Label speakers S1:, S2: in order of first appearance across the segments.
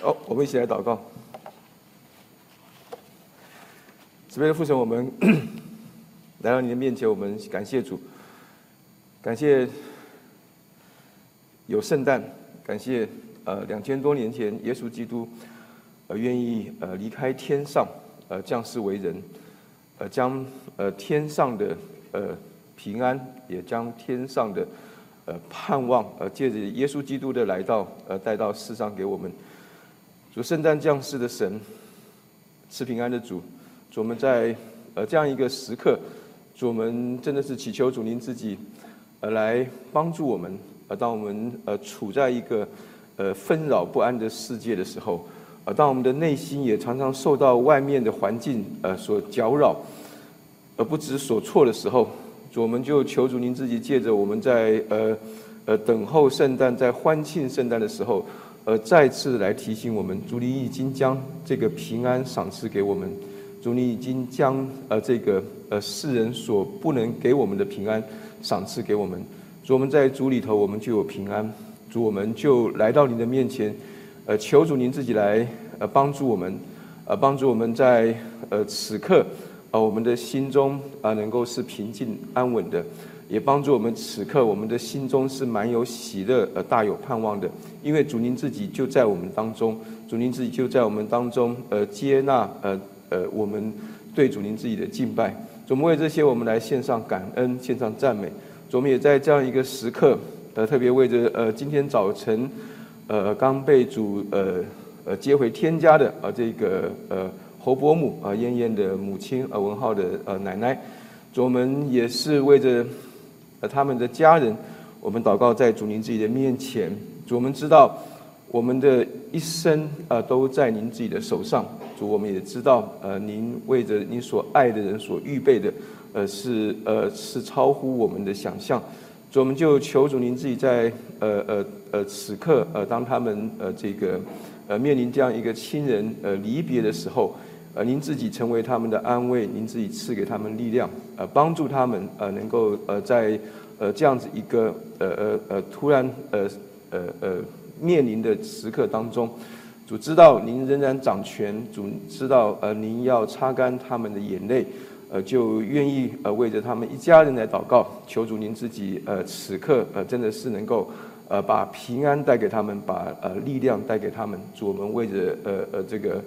S1: 好，我们一起来祷告。慈悲的父神，我们 来到你的面前，我们感谢主，感谢有圣诞，感谢呃两千多年前耶稣基督呃愿意呃离开天上呃降世为人，呃将呃天上的呃平安，也将天上的呃盼望，呃借着耶稣基督的来到，呃带到世上给我们。主圣诞降世的神，赐平安的主，主我们在呃这样一个时刻，主我们真的是祈求主您自己，呃来帮助我们，呃当我们呃处在一个呃纷扰不安的世界的时候，呃当我们的内心也常常受到外面的环境呃所搅扰，而不知所措的时候，主我们就求主您自己借着我们在呃呃等候圣诞，在欢庆圣诞的时候，呃再次来提醒我们，主你已经将这个平安赏赐给我们，主你已经将呃这个呃世人所不能给我们的平安赏赐给我们，主我们在主里头我们就有平安，主我们就来到您的面前，呃求主您自己来呃帮助我们，呃帮助我们在呃此刻。呃，我们的心中啊、能够是平静安稳的，也帮助我们此刻我们的心中是满有喜乐，呃，大有盼望的。因为主您自己就在我们当中，主您自己就在我们当中，呃，接纳呃呃我们对主您自己的敬拜。主，我们为这些我们来献上感恩，献上赞美。主，我们也在这样一个时刻，呃，特别为着呃今天早晨，呃，刚被主呃呃接回天家的呃这个呃侯伯母啊、呃、燕燕的母亲呃文浩的呃奶奶，主我们也是为着呃他们的家人，我们祷告在主您自己的面前，主我们知道我们的一生啊、呃都在您自己的手上，主我们也知道呃您为着您所爱的人所预备的呃是呃是超乎我们的想象。主，我们就求主您自己在呃呃呃此刻呃，当他们呃这个呃面临这样一个亲人呃离别的时候，呃您自己成为他们的安慰，您自己赐给他们力量，呃帮助他们呃能够呃在呃这样子一个呃呃呃突然呃呃呃面临的时刻当中，主知道您仍然掌权，主知道呃您要擦干他们的眼泪，呃就愿意呃为着他们一家人来祷告，求主您自己呃此刻呃真的是能够呃把平安带给他们，把呃力量带给他们。主，我们为着呃呃这个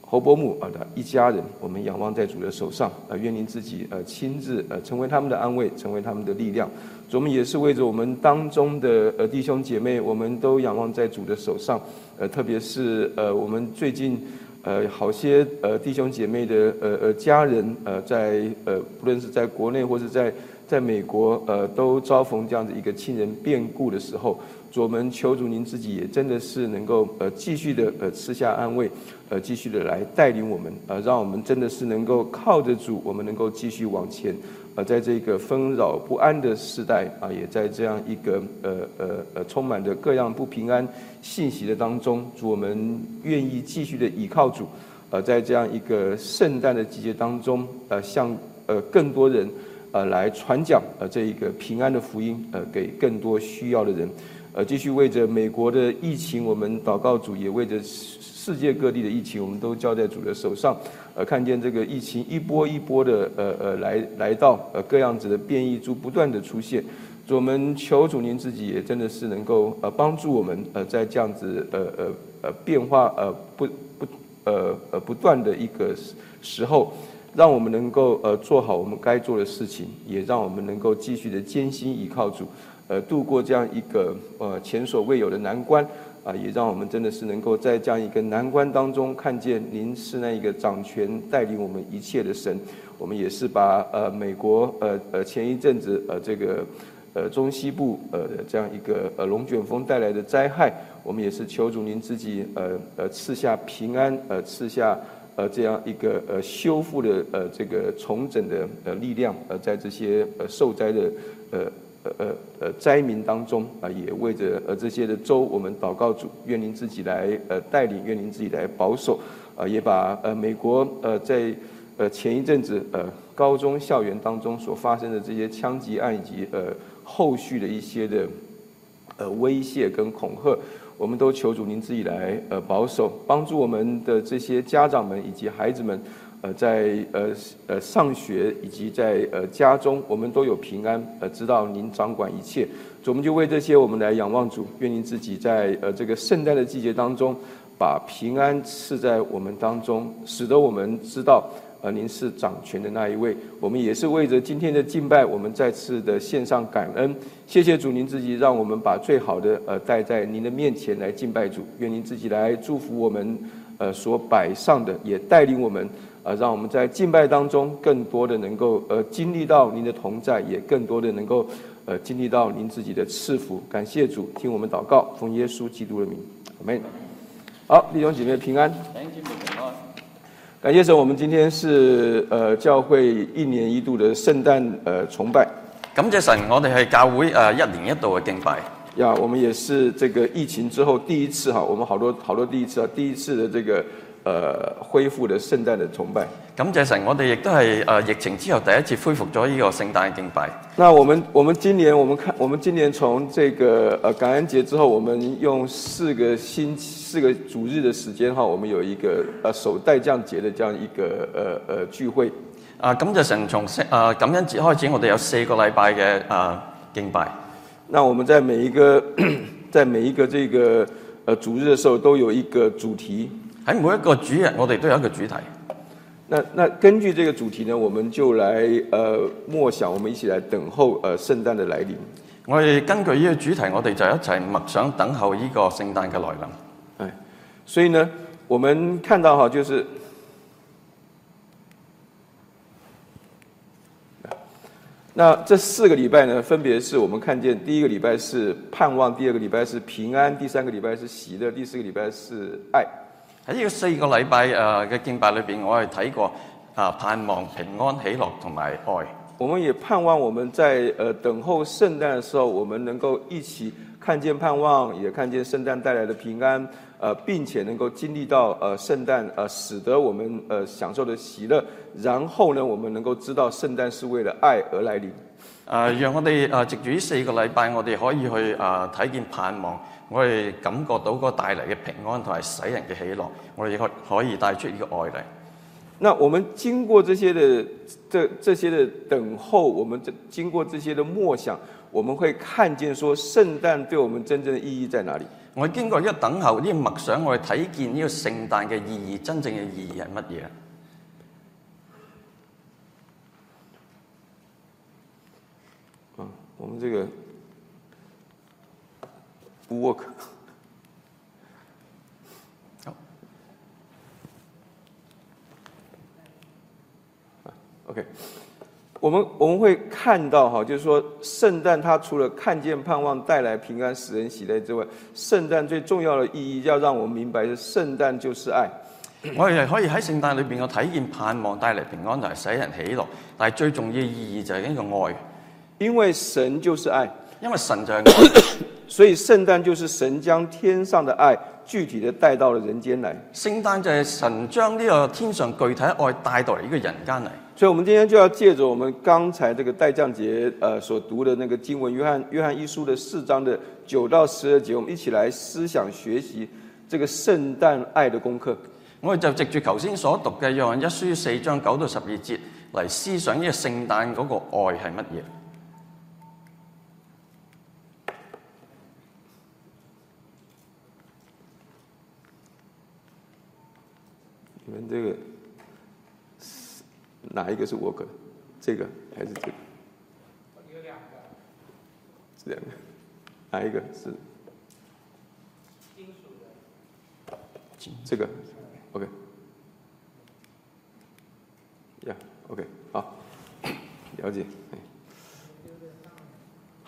S1: 侯伯母啊的一家人，我们仰望在主的手上，呃，愿您自己呃亲自呃成为他们的安慰，成为他们的力量。主，我们也是为着我们当中的呃弟兄姐妹，我们都仰望在主的手上，呃，特别是呃我们最近。呃，好些呃弟兄姐妹的呃呃家人呃，在呃不论是在国内或是在在美国呃，都遭逢这样的一个亲人变故的时候，主我们求主您自己也真的是能够呃继续的呃赐下安慰，呃继续的来带领我们，呃让我们真的是能够靠着主，我们能够继续往前，呃在这个纷扰不安的时代啊、也在这样一个呃呃呃充满着各样不平安信息的当中，主我们愿意继续的倚靠主，呃在这样一个圣诞的季节当中，呃向呃更多人。呃来传讲呃这一个平安的福音呃给更多需要的人，呃继续为着美国的疫情我们祷告主，也为着世世界各地的疫情我们都交在主的手上，呃看见这个疫情一波一波的呃呃来来到呃各样子的变异株不断的出现。主我们求主您自己也真的是能够呃帮助我们呃在这样子呃呃呃变化呃不不呃呃不断的一个时时候，让我们能够呃做好我们该做的事情，也让我们能够继续的艰辛倚靠主，呃度过这样一个呃前所未有的难关啊、也让我们真的是能够在这样一个难关当中看见您是那一个掌权带领我们一切的神。我们也是把呃美国呃呃前一阵子呃这个呃中西部呃这样一个呃龙卷风带来的灾害，我们也是求主您自己呃呃赐下平安，呃赐下呃这样一个呃修复的呃这个重整的呃力量，呃在这些呃受灾的呃。呃呃呃灾民当中啊、也为着呃这些的州，我们祷告主，愿您自己来呃带领，愿您自己来保守，啊、也把呃美国呃在呃前一阵子呃高中校园当中所发生的这些枪击案以及呃后续的一些的呃威胁跟恐吓，我们都求主您自己来呃保守，帮助我们的这些家长们以及孩子们，呃，在呃呃上学以及在呃家中，我们都有平安，呃，知道您掌管一切。主，我们就为这些我们来仰望主，愿您自己在呃这个圣诞的季节当中，把平安赐在我们当中，使得我们知道。而您是掌权的那一位，我们也是为着今天的敬拜，我们再次的献上感恩，谢谢主您自己，让我们把最好的呃带在您的面前来敬拜主，愿您自己来祝福我们，呃所摆上的，也带领我们，呃让我们在敬拜当中更多的能够呃经历到您的同在，也更多的能够呃经历到您自己的赐福，感谢主，听我们祷告，奉耶稣基督的名，阿门。好，弟兄姐妹平安。
S2: Thank you for the Lord.
S1: 感谢神，我们今天是呃教会一年一度的圣诞呃崇拜
S2: Cảm ơn Chúa, chúng ta là giáo hội ờ, một năm một độ敬拜.
S1: 呀，我们也是这个疫情之后第一次哈，我们好多好多第一次啊，第一次的这个呃恢复的圣诞的崇拜。
S2: Cảm ơn Chúa, chúng ta cũng là ờ, dịch bệnh sau đầu tiên khôi phục cái cái Thánh Đản敬拜.
S1: 那我们我们今年我们看，我们今年从这个呃感恩节之后，我们用四个星期四个主日的时间哈，我们有一个呃首代降节的这样一个呃呃聚会。
S2: À, cảm ơn Chúa, từ ờ, cảm ơn Chúa bắt đầu, chúng ta có 4 cái lễ cái ờ,敬拜.
S1: 那我们在每一个 在每一个这个呃主日的时候，都有一个主题。
S2: Ở mỗi một chủ nhật, chúng ta đều có một chủ đề.
S1: 那那根据这个主题呢，我们就来呃默想，我们一起来等候呃圣诞的来临。
S2: Chúng ta căn cứ cái chủ đề, chúng ta sẽ cùng nhau mặc tưởng đợi hậu cái Thánh Đản cái lại lâm.
S1: 哎，所以呢，我们看到哈，就是那这四个礼拜呢，分别是我们看见第一个礼拜是盼望，第二个礼拜是平安，第三个礼拜是喜乐，第四个礼拜是爱。
S2: Ở cái 4 cái lễ cái ờ, cái敬拜里边, chúng ta thấy qua à,盼望, bình an, hỷ lạc cùng với愛.
S1: 我们也盼望我们在呃等候圣诞的时候，我们能够一起看见盼望，也看见圣诞带来的平安，呃，并且能够经历到呃圣诞，呃，使得我们呃享受的喜乐。然后呢，我们能够知道圣诞是为了爱而来临。
S2: 誒，啊讓我哋誒藉住呢四個禮拜，我哋可以去誒睇見盼望，我哋感覺到嗰帶嚟嘅平安同埋使人嘅喜樂，我哋亦可可以帶出呢個愛嚟。
S1: 那我们经过这些的这这些的等候，我们这经过这些的默想，我们会看见说圣诞对我们真正的意义在哪里。
S2: 我哋經過呢個等候，呢、個默想，我哋睇見呢個聖誕嘅意義，真正嘅意義係乜嘢？
S1: 我们这个不 work。
S2: 好
S1: OK，我们我们会看到哈，就是说圣诞它除了看见盼望带来平安使人喜乐之外，圣诞最重要的意义要让我们明白是圣诞就是爱。
S2: 我哋可以喺聖誕裏邊，我睇見盼望帶嚟平安同埋使人喜樂，但係最重要嘅意義就係呢個愛，
S1: 因为神就是愛，
S2: 因為神就係愛，
S1: 所以圣誕就是神将天上的愛具體的帶到了人間來。
S2: 聖誕就係神將呢個天上具體嘅愛帶到嚟呢個人間嚟。
S1: 所以，我们今天就要借着我们刚才这个代降节呃所读的那个经文《约翰约翰一书》的四章的九到十二节，我们一起来思想学习这个圣诞爱的功课。
S2: 我哋就藉住頭先所讀嘅《約翰一書》四章九到十二節嚟思想呢個聖誕嗰個愛係乜嘢？
S1: 你们这个是哪一个是 work？这个还是这个？有两个。两个，哪一个是？金属的。这个，OK。呀、yeah,，OK，好， 了解。哎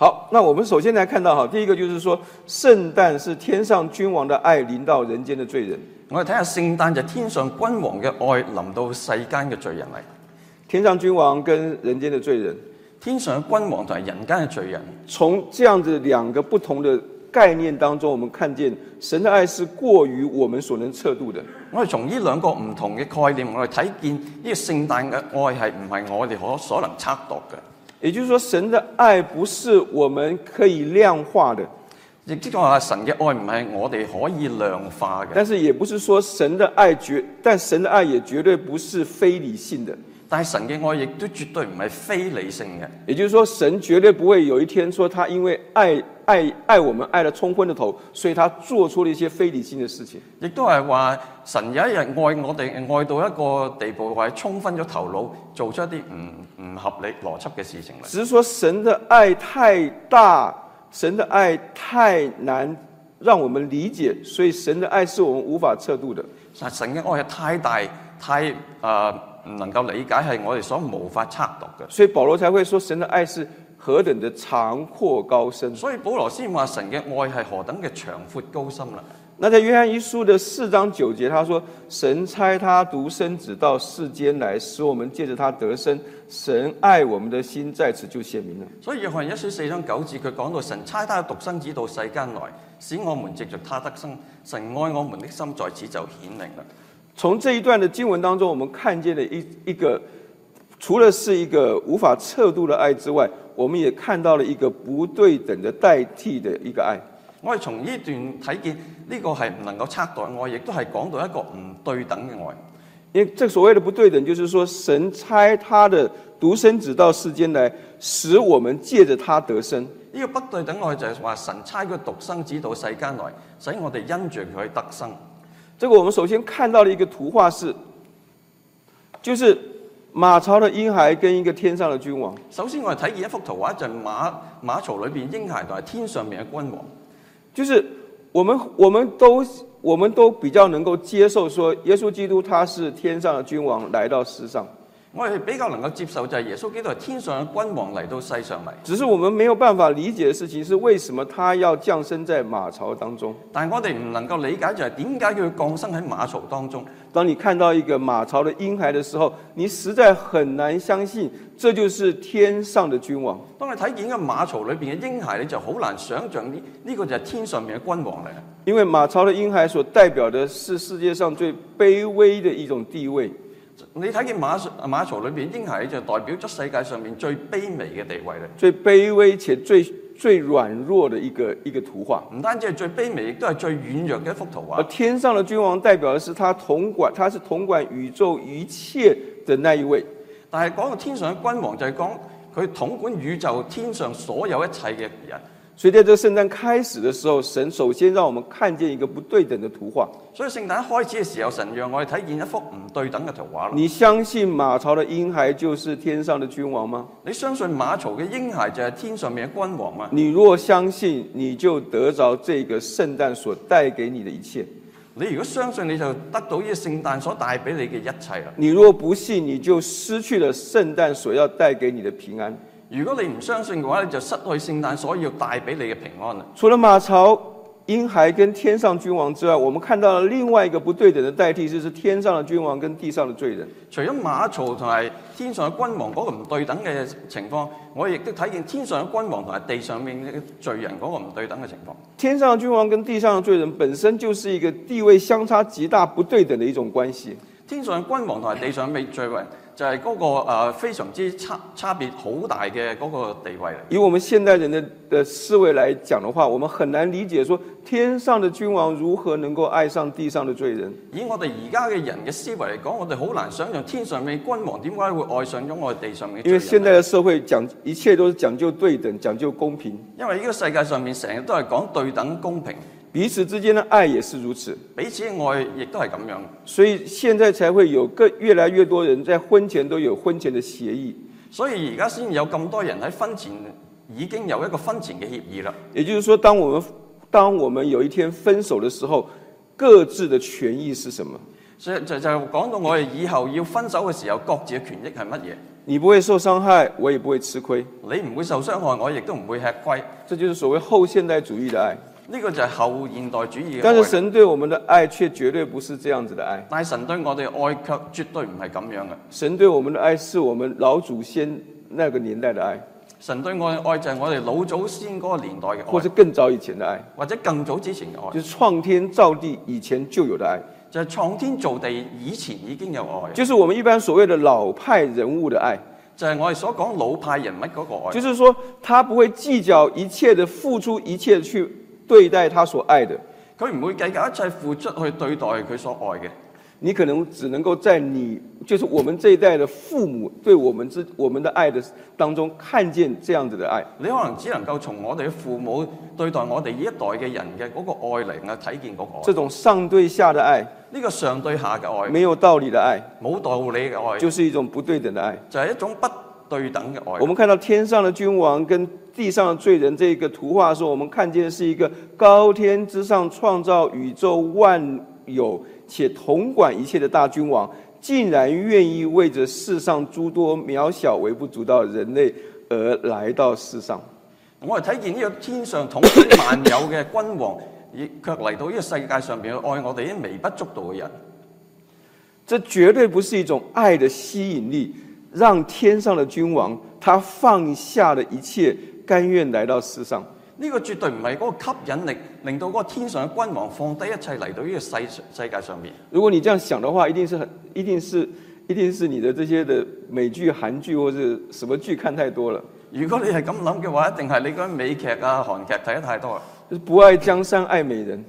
S1: 好，那我们首先来看到哈，第一个就是说，圣诞是天上君王的爱临到人间的罪人。
S2: 我哋睇下聖誕就係天上君王嘅愛臨到世間嘅罪人嚟。
S1: 天上君王跟人间的罪人，
S2: 天上嘅君王同埋人間嘅罪人，
S1: 从这样子两个不同的概念当中，我们看见神的爱是过于我们所能测度的。
S2: 我哋從呢兩個唔同嘅概念，我哋睇見呢個聖誕嘅愛係唔係我哋可所能測度嘅？
S1: 也就是说，神的爱不是我们可以量化的，
S2: 亦即係話神嘅愛唔係我哋可以量化嘅，
S1: 但是也不是说神的爱绝，但神的爱也绝对不是非理性的。
S2: 但係神嘅愛亦都絕對唔係非理性嘅。
S1: 也就是说，神绝对不会有一天说他因为爱爱爱我们爱的冲昏了头，所以他做出了一些非理性的事情。
S2: 亦都係話神有一日愛我哋，愛到一個地步，係衝昏咗頭腦，做出一啲唔唔合理邏輯嘅事情嚟。
S1: 只是说神的爱太大，神的爱太难让我们理解，所以神的爱是我们无法测度的。
S2: 但神嘅愛係太大，太誒呃唔、能夠理解，係我哋所無法測度嘅。
S1: 所以保罗才会说，神的爱是何等的长阔高深。
S2: 所以保羅先話神嘅愛係何等嘅長闊高深啦。
S1: 那在约翰一书的四章九节，他说：“神差他独生子到世间来，使我们借着他得生。神爱我们的心在此就显明了。
S2: 所以約翰一書四章九節佢講到神差他獨生子到世間來，使我們藉着他得生。神愛我們的心在此就顯明啦。”
S1: 从这一段的经文当中，我们看见了一一个，除了是一个无法测度的爱之外，我们也看到了一个不对等的代替的一个爱。
S2: 我哋從呢段睇見呢、個係唔能夠測度嘅愛，亦都係講到一個唔對等嘅愛。
S1: 因为这所谓的不对等，就是说神差他的独生子到世间来，使我们借着他得生。
S2: 呢、個不對等愛就係話神差佢獨生子到世間來，使我哋因住佢得生。
S1: 这个我们首先看到的一个图画是，就是马槽的婴孩跟一个天上的君王。
S2: 首先我哋睇見一幅圖畫，就係馬馬槽裏邊嬰孩同埋天上面嘅君王。
S1: 就是我们我们都我们都比较能够接受说，耶稣基督他是天上的君王来到世上，
S2: 我哋比較能夠接受就係耶穌基督係天上嘅君王嚟到世上嚟，
S1: 只是我们没有办法理解的事情是为什么他要降生在马槽当中。
S2: 但係我哋唔能夠理解就係點解佢要降生喺馬槽當中。
S1: 当你看到一个马槽的婴孩的时候，你实在很难相信这就是天上的君王。
S2: 當你睇見嘅馬槽裏邊嘅嬰孩，你就好難想像呢呢個就係天上面嘅君王嚟。
S1: 因为马槽的婴孩所代表的是世界上最卑微的一种地位，
S2: 你睇見馬馬槽裏邊嬰孩就代表咗世界上面最卑微嘅地位咧，
S1: 最卑微且最最軟弱的一个一个图画。
S2: 唔單止係最卑微，亦都係最軟弱嘅一幅圖
S1: 而
S2: 畫。
S1: 天上的君王代表的是他统管，他是统管宇宙一切的那一位。
S2: 但係講到天上嘅君王，就係講佢統管宇宙天上所有一切嘅人。
S1: 所以在这圣诞开始的时候，神首先让我们看见一个不对等的圖畫。
S2: 所以聖誕一開始嘅時候，神讓我哋睇見一幅唔對等嘅圖畫啦。
S1: 你相信马槽的嬰孩就是天上的君王嗎？
S2: 你相信馬槽嘅嬰孩就係天上面嘅君王嘛？
S1: 你若相信，你就得着这个圣诞所带给你的一切；
S2: 你如果相信，你就得到呢個聖誕所帶俾你嘅一切啦。
S1: 你若不信，你就失去了圣诞所要带给你的平安。
S2: 如果你唔相信嘅話，你就失去聖誕所要帶俾你嘅平安啦。
S1: 除了马槽、婴孩跟天上君王之外，我们看到了另外一个不对等的代替，就是天上的君王跟地上的罪人。
S2: 除咗馬槽同埋天上嘅君王嗰個唔對等嘅情況，我亦都睇見天上嘅君王同埋地上面嘅罪人嗰個唔對等嘅情況。
S1: 天上的君王跟地上的罪人本身就是一个地位相差极大、不对等的一种关系。
S2: 天上嘅君王同埋地上面罪人就係嗰、個、呃、非常之差差別好大嘅嗰個地位嚟。
S1: 以我们现代人的的思维来讲的话，我们很难理解说天上的君王如何能够爱上地上的罪人。
S2: 以我哋而家嘅人嘅思維嚟講，我哋好難想象天上面嘅君王點解會愛上咗我哋地上面嘅
S1: 因为
S2: 罪
S1: 现
S2: 人
S1: 在
S2: 呢。
S1: 的社会讲一切都是讲究对等、讲究公平，
S2: 因為呢個世界上面成日都係講對等公平，
S1: 彼此之间的爱也是如此。
S2: 彼此嘅愛亦都係咁樣。
S1: 所以现在才会有更越来越多人在婚前都有婚前的协议，
S2: 所以而家先有咁多人喺婚前已經有一個婚前嘅協議啦。
S1: 也就是说，当我们当我们有一天分手的时候，各自的权益是什么？
S2: 所以就就講到我哋以後要分手嘅時候，各自嘅權益係乜嘢？
S1: 你不会受伤害，我也不会吃亏，
S2: 你唔會受傷害，我亦都唔會吃虧。
S1: 这就是所謂后現代主義的愛。
S2: 呢、個就係後現代主義嘅
S1: 但是
S2: 愛。
S1: 神對我們的愛卻絕對不是這樣子的愛，
S2: 但係神對我哋愛卻絕對唔係咁樣嘅。
S1: 神對我們的愛是我們老祖先那個年代的愛，
S2: 神對我嘅愛就係我哋老祖先嗰個年代嘅
S1: 或是
S2: 愛，
S1: 更早以前的愛，
S2: 或者更早之前嘅愛，
S1: 就是創天造地以前就有的愛，
S2: 就係、創天造地以前已經有愛，
S1: 就是我們一般所謂的老派人物的愛。
S2: 就係、我哋所講老派人物嗰個愛。
S1: 就是说，他不会计较一切的付出，一切去对待他所爱的，
S2: 佢唔會計較一切付出去對待佢所愛嘅。
S1: 你可能只能够在你就是我们这一代的父母对我们之我们的爱的当中看见这样子的爱。
S2: 你可能只能夠從我哋嘅父母對待我哋呢一代嘅人嘅嗰個愛嚟啊睇見嗰個愛
S1: 这种上对下的爱，
S2: 呢個上對下嘅愛，
S1: 没有道理的爱，
S2: 冇道理嘅愛，
S1: 就是一种不对等的爱。
S2: 就係一種不對等嘅
S1: 我
S2: 愛。
S1: 们看到天上的君王跟地上的罪人这个图画的时候，我们看见的是一个高天之上创造宇宙万有且统管一切的大君王，竟然愿意为着世上诸多渺小微不足道的人类而来到世上。
S2: 我哋睇見呢個天上統管萬有嘅君王，而卻嚟到呢個世界上邊去愛我哋啲微不足道嘅人。
S1: 这绝对不是一种爱的吸引力，让天上的君王他放下了一切，甘愿来到世上。
S2: 呢、個絕對唔係嗰個吸引力，令到嗰個天上嘅君王放低一切嚟到呢個世世界上面。
S1: 如果你这样想的话，一定是很，一定是，一定是你的这些的美剧、韩剧或者什么剧看太多了，
S2: 如果你係咁諗嘅話，一定係你嗰啲美劇啊、韓劇睇得太多啦。
S1: 就是不爱江山爱美人，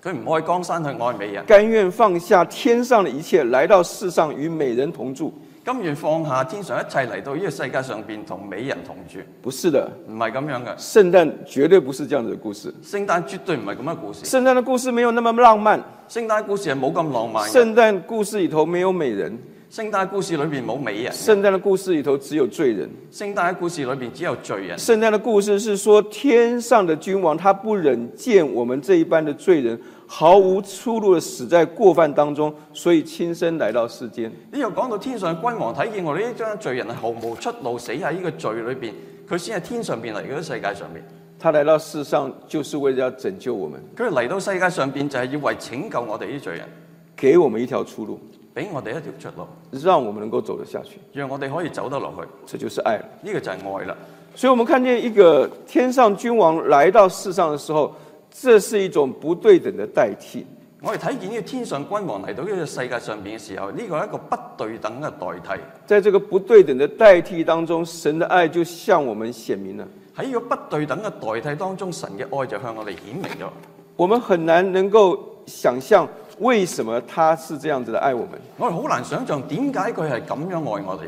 S2: 佢唔愛江山，去愛美人，
S1: 甘愿放下天上的一切，来到世上与美人同住。
S2: 甘願放下天上一切嚟到呢個世界上邊同美人同住，
S1: 不是的，
S2: 唔係咁樣嘅。
S1: 圣诞絕對不是這樣子的故事。
S2: 聖誕絕對唔係咁嘅故事，
S1: 圣诞的故事没有那么浪漫，
S2: 聖誕故事係冇咁浪漫嘅。
S1: 圣诞故事里头没有美人，
S2: 聖誕故事裏邊冇美人，
S1: 圣诞的故事里头只有罪人。
S2: 聖誕故事裏邊只有罪人。
S1: 圣诞的故事是说，天上的君王他不忍见我们这一般的罪人毫无出路的死在过犯当中，所以亲身来到世间。
S2: 呢度講到天上嘅君王睇見我哋呢張罪人係毫無出路，死喺呢個罪裏邊，佢先係天上邊嚟嘅呢個世界上面。
S1: 他来到世上就是为了要拯救我们，
S2: 佢嚟到世界上邊就係要為拯救我哋呢啲罪人，
S1: 给我们一条出路，
S2: 俾我哋一條出路，
S1: 让我们能够走得下去。
S2: 讓我哋可以走得落去。
S1: 这就是爱了。
S2: 呢、個就係愛啦。
S1: 所以，我们看见一个天上君王来到世上的时候，这是一种不对等的代替。
S2: 我哋睇見呢個天上君王嚟到呢個世界上邊嘅時候，呢個係一個不對等嘅代替。
S1: 在这个不对等的代替当中，神的爱就向我们显明了。
S2: 喺呢個不對等嘅代替當中，神嘅愛就向我哋顯明咗。
S1: 我们很难能够想象为什么他是这样子的爱我们，
S2: 我哋好難想像點解佢係咁樣愛我哋，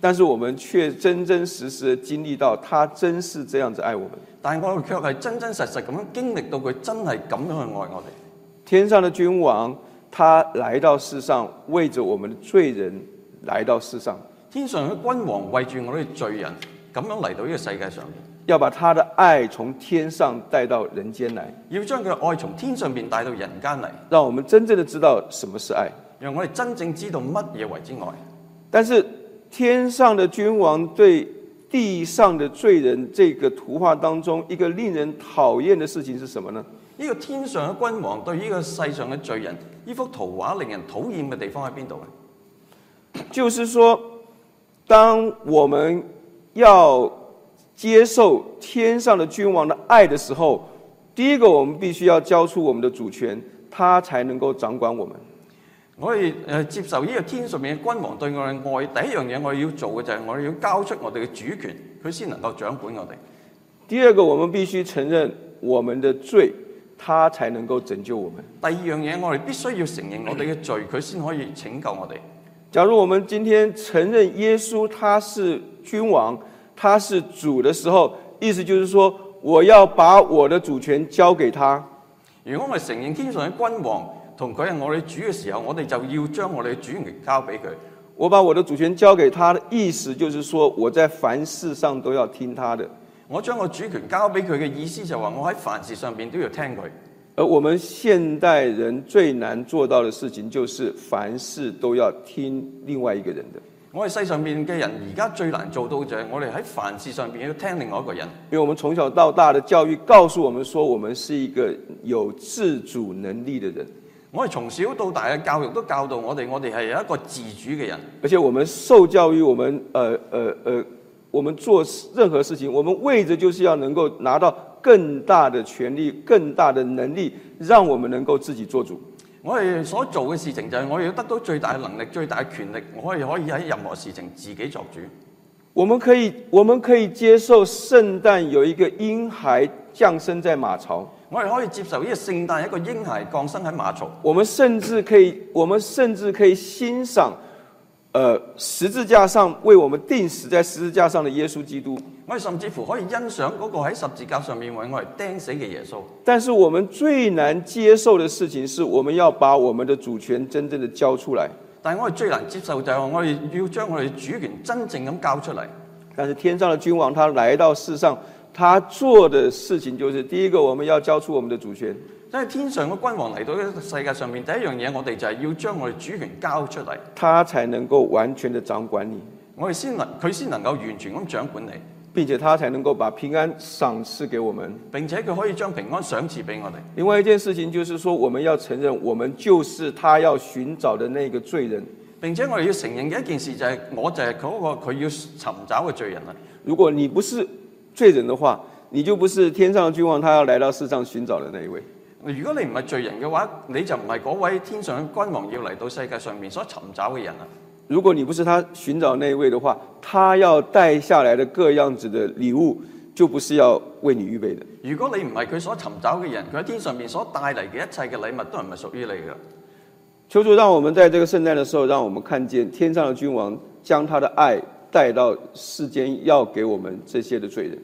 S1: 但是我们却真真实实的经历到他真是这样子爱我们。
S2: 但係我哋卻係真真實實咁樣經歷到佢真係咁樣去愛我哋。
S1: 天上的君王，他来到世上，为着我们的罪人来到世上，
S2: 天上嘅君王為住我哋罪人咁樣嚟到呢個世界上面，
S1: 要把他的爱从天上带到人间来，
S2: 要將佢嘅愛從天上邊帶到人間嚟，
S1: 让我们真正的知道什么是愛。
S2: 讓我哋真正知道乜嘢為之愛。
S1: 但是天上的君王对地上的罪人这个图画当中，一个令人讨厌的事情是什么呢？
S2: 呢、個天上嘅君王對呢個世上嘅罪人，呢幅圖畫令人討厭嘅地方喺邊度呢？啊
S1: 就是说，当我们要接受天上的君王的爱的时候，第一个我们必须要交出我们的主权，他才能够掌管我们。
S2: 我哋誒接受呢個天上面嘅君王對我哋愛，第一樣嘢我哋要做嘅就係我哋要交出我哋嘅主權，佢先能夠掌管我哋。
S1: 第二个，我们必须承认我们的罪，他才能够拯救我们。
S2: 第二樣嘢我哋必須要承認我哋嘅罪，佢先可以拯救我哋。
S1: 假如我们今天承认耶稣他是君王，他是主的时候，意思就是说，我要把我的主权交给他，
S2: 如果我哋承認天上嘅君王同佢係我哋主嘅時候，我哋就要將我哋嘅主權交俾佢。
S1: 我把我的主权交给他的意思就是说，我在凡事上都要听他的。
S2: 我將我主權交俾佢嘅意思就話，我喺凡事上邊都要聽佢。
S1: 而我们现代人最难做到的事情，就是凡事都要听另外一个人的，
S2: 我哋世上面嘅人而家最難做到就係我哋喺凡事上邊要聽另外一個人。
S1: 因为我们从小到大的教育告诉我们说，我们是一个有自主能力的人，
S2: 我哋從小到大嘅教育都教導我哋，我哋係有一個自主嘅人。
S1: 而且我们受教育，我们呃呃呃，我们做任何事情，我们为着就是要能够拿到更大的权利、更大的能力，让我们能够自己做主。
S2: 我哋所做嘅事情就係我哋要得到最大嘅能力、最大嘅權力，我可以可以喺任何事情自己作主。
S1: 我们可以，我们可以接受圣诞有一个婴孩降生在马槽。
S2: 我哋可以接受呢個聖誕一個嬰孩降生喺馬槽，
S1: 我们甚至可以，我们甚至可以欣赏，呃，十字架上为我们钉死在十字架上的耶稣基督。
S2: 我哋甚至乎可以欣賞嗰個喺十字架上面為我哋釘死嘅耶穌。
S1: 但是我们最难接受的事情是，我们要把我们的主权真正的交出来。
S2: 但係我哋最難接受就係我哋要將我哋主權真正咁交出嚟。
S1: 但是天上的君王他来到世上，他做的事情就是：第一个，我们要交出我们的主權；
S2: 因為天上嘅君王嚟到呢個世界上面，第一樣嘢我哋就係要將我哋主權交出嚟，
S1: 他才能够完全的掌管你，
S2: 我哋先能佢先能夠完全咁掌管你，
S1: 并且他才能够把平安赏赐给我们。
S2: 並且佢可以將平安賞賜俾我哋。
S1: 另外一件事情就是说，我们要承认，我们就是他要寻找的那个罪人。
S2: 並且我哋要承認嘅一件事就係、我就係嗰、個佢要尋找嘅罪人啦。
S1: 如果你不是罪人的话，你就不是天上的君王，他要来到世上寻找的那一位。
S2: 如果你唔係罪人嘅話，你就唔係嗰位天上嘅君王要嚟到世界上面所尋找嘅人啦。
S1: 如果你不是他寻找那一位的话，他要带下来的各样子的礼物，就不是要为你预备的。
S2: 如果你唔係佢所尋找嘅人，佢喺天上面所帶嚟嘅一切嘅禮物都唔係屬於你嘅。
S1: 求主让我们在这个圣诞的时候，让我们看见天上的君王将他的爱带到世间，要给我们这些的罪人。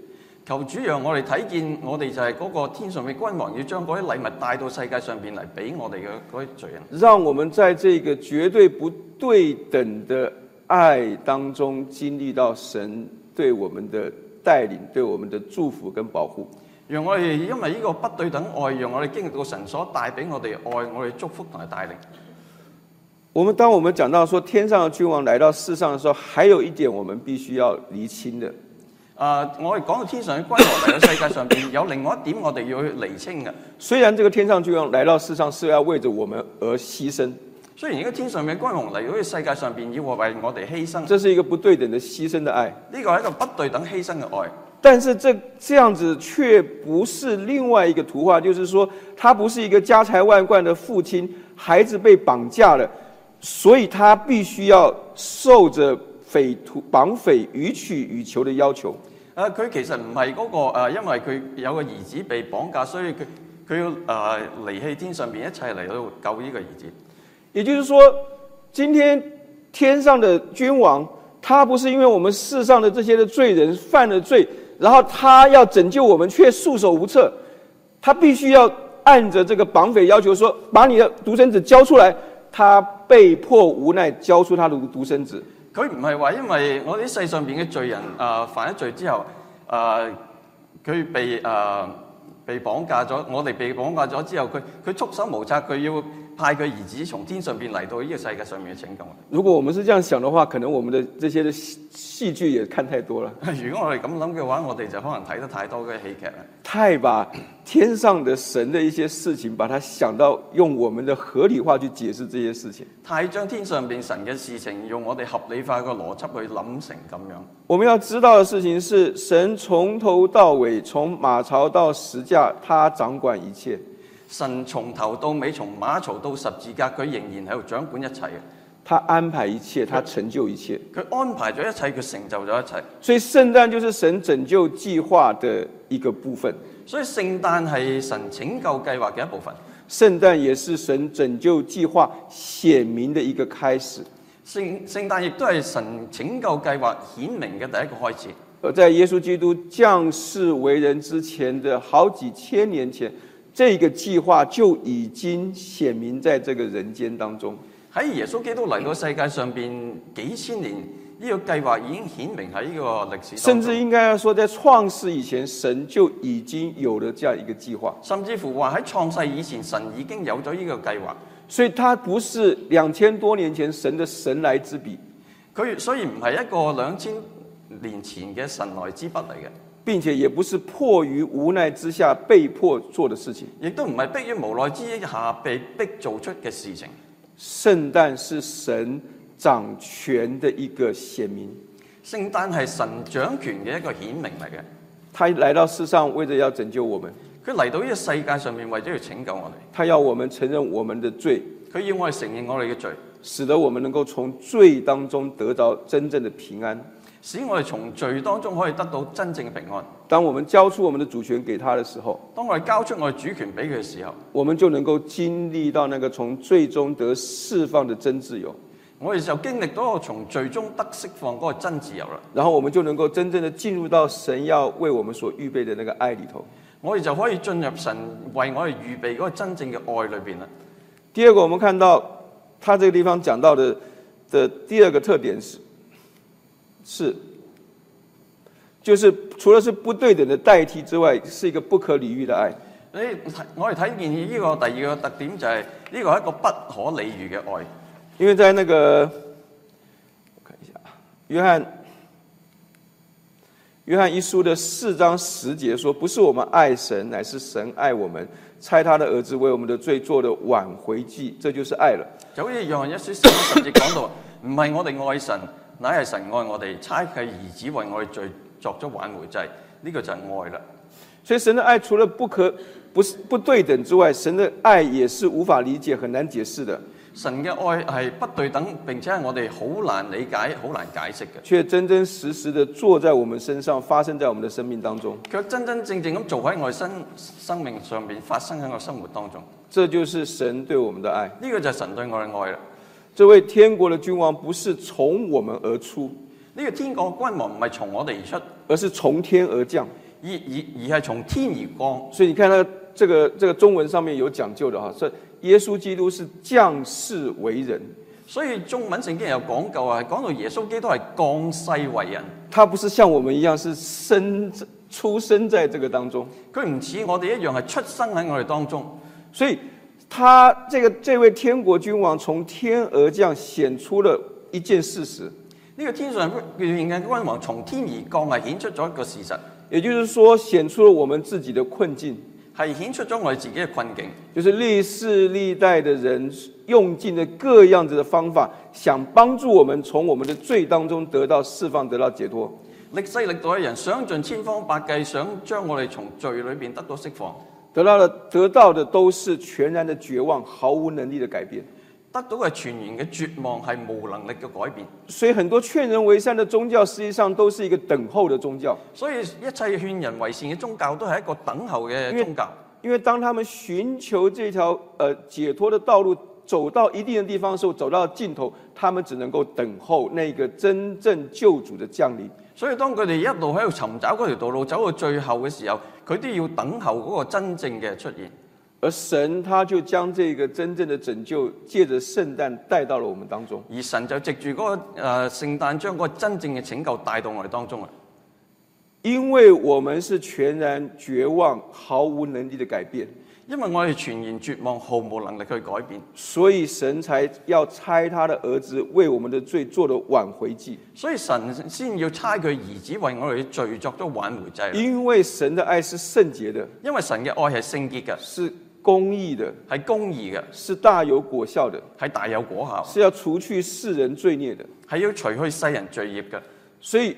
S2: 求主讓我哋睇見，我哋就係嗰個天上嘅君王，要將嗰啲禮物帶到世界上邊嚟俾我哋嘅嗰啲罪人。
S1: 让我们在这个绝对不对等的爱当中，经历到神对我们的带领、对我们的祝福跟保护。
S2: 讓我哋因為呢個不對等愛，讓我哋經歷到神所帶俾我哋愛，我哋祝福同埋帶領。
S1: 我们当我们讲到说天上的君王来到世上的时候，还有一点我们必须要厘清的，
S2: 啊、我哋講到天上嘅君王嚟到世界上邊，有另外一點我哋要去釐清嘅。
S1: 虽然这个天上君王来到世上是要为着我们而牺牲，
S2: 雖然而家天上嘅君王嚟到呢世界上邊，要為我哋犧牲，
S1: 这是一个不對等的犧牲的愛，
S2: 呢個係一個不對等犧牲嘅愛。
S1: 但是这这样子却不是另外一个图画，就是说他不是一个家财万贯的父亲，孩子被绑架了，所以他必须要受着匪徒绑匪予取予求的要求。
S2: 誒、啊佢其實唔係嗰個、呃、因為佢有個兒子被綁架，所以佢佢要誒、呃、離棄天上邊一切嚟到救呢個兒子。
S1: 也就是说，今天天上的君王，他不是因为我们世上的这些的罪人犯了罪，然后他要拯救我们却束手无策，他必须要按着这个绑匪要求说，把你的独生子交出来。他被迫无奈交出他的独生子，
S2: 佢唔係話因為我哋世上邊嘅罪人誒、呃犯咗罪之後，誒、啊佢被誒、呃被綁架咗，我哋被綁架咗之後，佢佢束手無策，佢要派佢兒子從天上邊嚟到呢個世界上面去拯救我
S1: 如果我们是这样想的话，可能我们的这些的戏戏剧也看太多了。
S2: 哋。如果我哋咁諗嘅話，我哋就可能睇得太多嘅戲劇啦。
S1: 太把天上的神的一些事情，把它想到用我们的合理化去解释这些事情。
S2: 太將天上邊神嘅事情用我哋合理化個邏輯去諗成咁樣。
S1: 我们要知道的事情是，神从头到尾，从马槽到石架，他掌管一切，
S2: 神從頭到尾，從馬槽到十字架，佢仍然喺度掌管一切嘅。
S1: 他安排一切，他成就一切。
S2: 佢安排咗一切，佢成就咗一切。
S1: 所以，圣诞就是神拯救计划的一个部分，
S2: 所以聖誕係神拯救計劃嘅一部分。
S1: 圣诞也是神拯救计划显明的一个开始。
S2: 聖聖誕亦都係神拯救計劃顯明嘅第一個開始。
S1: 而在耶稣基督降世为人之前的好几千年前，这个计划就已经显明在这个人间当中。
S2: 喺耶穌基督嚟到世界上邊幾千年，呢、個計劃已經顯明喺呢個歷史
S1: 甚
S2: 當中。
S1: 至应该要说，在创世以前，神就已经有了这样一个计划，
S2: 甚至乎話喺創世以前，神已經有咗呢個計劃。
S1: 所以它不是两千多年前神的神来之笔，
S2: 佢雖然唔係一個兩千年前嘅神來之筆嚟嘅，
S1: 并且也不是迫于无奈之下被迫做的事情。
S2: 亦都唔係迫於無奈之下被逼做出嘅事情。
S1: 圣诞是神掌权的一个显明，
S2: 聖誕係神掌權嘅一個顯明嚟嘅，
S1: 他来到世上为着要拯救我们，
S2: 佢嚟到呢個世界上面為咗要拯救我哋，
S1: 他要我们承认我们的罪，
S2: 佢要我哋承認我哋嘅罪，
S1: 使得我们能够从罪当中得到真正的平安。
S2: 使我哋從罪當中可以得到真正嘅平安。
S1: 当我们交出我们的主权給他的时候，
S2: 當我哋交出我哋主權俾佢嘅時候，
S1: 我们就能够经历到那个从最终得释放的真自由，
S2: 我哋就經歷到從罪中得釋放嗰個真自由啦。
S1: 然后我们就能够真正的进入到神要为我们所预备的那个爱里头。
S2: 我哋就可以進入神為我哋預備嗰個真正嘅愛裏邊啦。
S1: 第二个，我们看到他这个地方讲到的的第二个特点是是，就是除了是不对等的代替之外，是一个不可理喻的爱。
S2: 你睇我哋睇見呢個第二個特點就係呢個係一個不可理喻嘅愛。
S1: 因为在那个，我看一下，啊，约翰，约翰一书的四章十节说：“不是我们爱神，乃是神爱我们，差他的儿子为我们的罪做的挽回祭，这就是爱了。
S2: 就好似約翰一書四章十節講到，唔係我哋愛神，乃係神愛我哋，差佢兒子為我哋罪作咗挽回祭，呢、個就係愛啦。
S1: 所以神的爱除了不可不是不对等之外，神的爱也是无法理解、很难解释的，
S2: 神嘅愛係不對等，並且係我哋好難理解、好難解釋嘅，
S1: 却真真实实的坐在我们身上，发生在我们的生命当中。
S2: 卻真真正正咁做喺我哋生生命上邊發生喺我生活當中。呢、
S1: 这就是神对我们的爱。
S2: 個就係神對我嘅愛啦。
S1: 这位天国的君王不是从我们而出，
S2: 呢、個天國君王唔係從我哋而出，而
S1: 而是从天而降。
S2: 而而係從天而降。
S1: 所以你看它这个这个中文上面有讲究的哈，是耶稣基督是降世为人，
S2: 所以中文聖經有講究啊，係講到耶穌基督係降世為人。
S1: 他不是像我们一样是生出生在这个当中，
S2: 佢唔似我哋一樣係出生喺我哋當中，
S1: 所以他这个这位天国君王从天而降，显出了一件事实，
S2: 呢、個天上現嘅君王從天而降係顯出咗一個事實，
S1: 也就是说显出了我们自己的困境，
S2: 係顯出咗我哋自己嘅困境。
S1: 就是历世历代的人用尽了各样子的方法，想帮助我们从我们的罪当中得到释放，得到解脱。
S2: 歷世歷代嘅人想盡千方百計，想將我哋從罪裏邊得到釋放，
S1: 得到的得到的都是全然的绝望，毫无能力的改变。
S2: 得到嘅係全然嘅絕望係無能力嘅改變。
S1: 所以很多劝人为善的宗教，实际上都是一个等候的宗教，
S2: 所以一切勸人為善嘅宗教都係一個等候嘅宗教，
S1: 因为当他们寻求这条呃解脱的道路，走到一定的地方的时候，走到尽头，他们只能够等候那个真正救主的降临。
S2: 所以當佢哋一路喺度尋找嗰條道路走到最後嘅時候，佢都要等候嗰個真正嘅出現。
S1: 而神他就将这个真正的拯救，借着圣诞带到了我们当中。
S2: 而神就藉住嗰、個誒聖誕，將嗰個真正嘅拯救帶到我哋當中啊！
S1: 因为我们是全然绝望、毫无能力的改变，
S2: 因為我哋全然絕望，毫無能力去改變，
S1: 所以神才要差他的儿子为我们的罪做了挽回祭，
S2: 所以神先要差佢兒子為我哋嘅罪作咗挽回祭啦。
S1: 因为神的爱是圣洁的，
S2: 因為神嘅愛係聖潔嘅，
S1: 是公义的，
S2: 係公義嘅，
S1: 是大有果效的，
S2: 係大有果效，
S1: 是要除去世人罪孽的，
S2: 係要除去世人罪孽嘅。
S1: 所以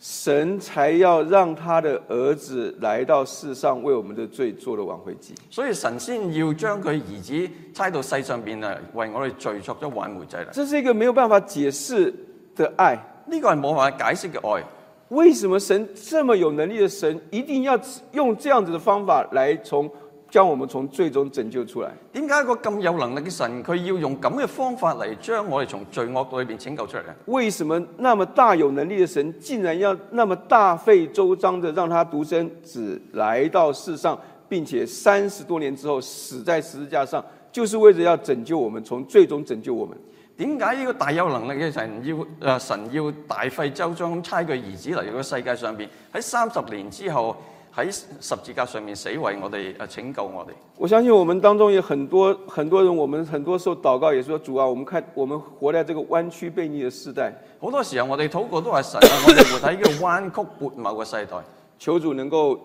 S1: 神才要让他的儿子来到世上为我们的罪做了挽回祭。
S2: 所以神先要將佢兒子差到世上邊啊，為我哋罪作咗挽回祭啦。
S1: 这是一个没有办法解释的爱。
S2: 呢個係冇辦法解釋嘅愛。
S1: 为什么神这么有能力的神，一定要用这样子的方法来从将我们从最终拯救出来？
S2: 點解個咁有能力嘅神，佢要用咁嘅方法嚟將我哋從罪惡裏邊拯救出嚟咧？
S1: 为什么那么大有能力的神，竟然要那么大费周章的让他独生子来到世上，并且三十多年之后死在十字架上，就是为了要拯救我们，从最终拯救我们？
S2: 點解呢個大有能力嘅神要誒、呃神要大費周章咁差佢兒子嚟到世界上邊，喺三十年之後喺十字架上面死為我哋誒拯救我哋。
S1: 我相信我们当中有很多很多人，我们很多时候祷告也说：“主啊，我们看我们活在这个弯曲悖逆的时代，
S2: 好多時候我哋禱告都係神啊，我哋活喺呢個彎曲悖謬嘅世代，
S1: 求主能够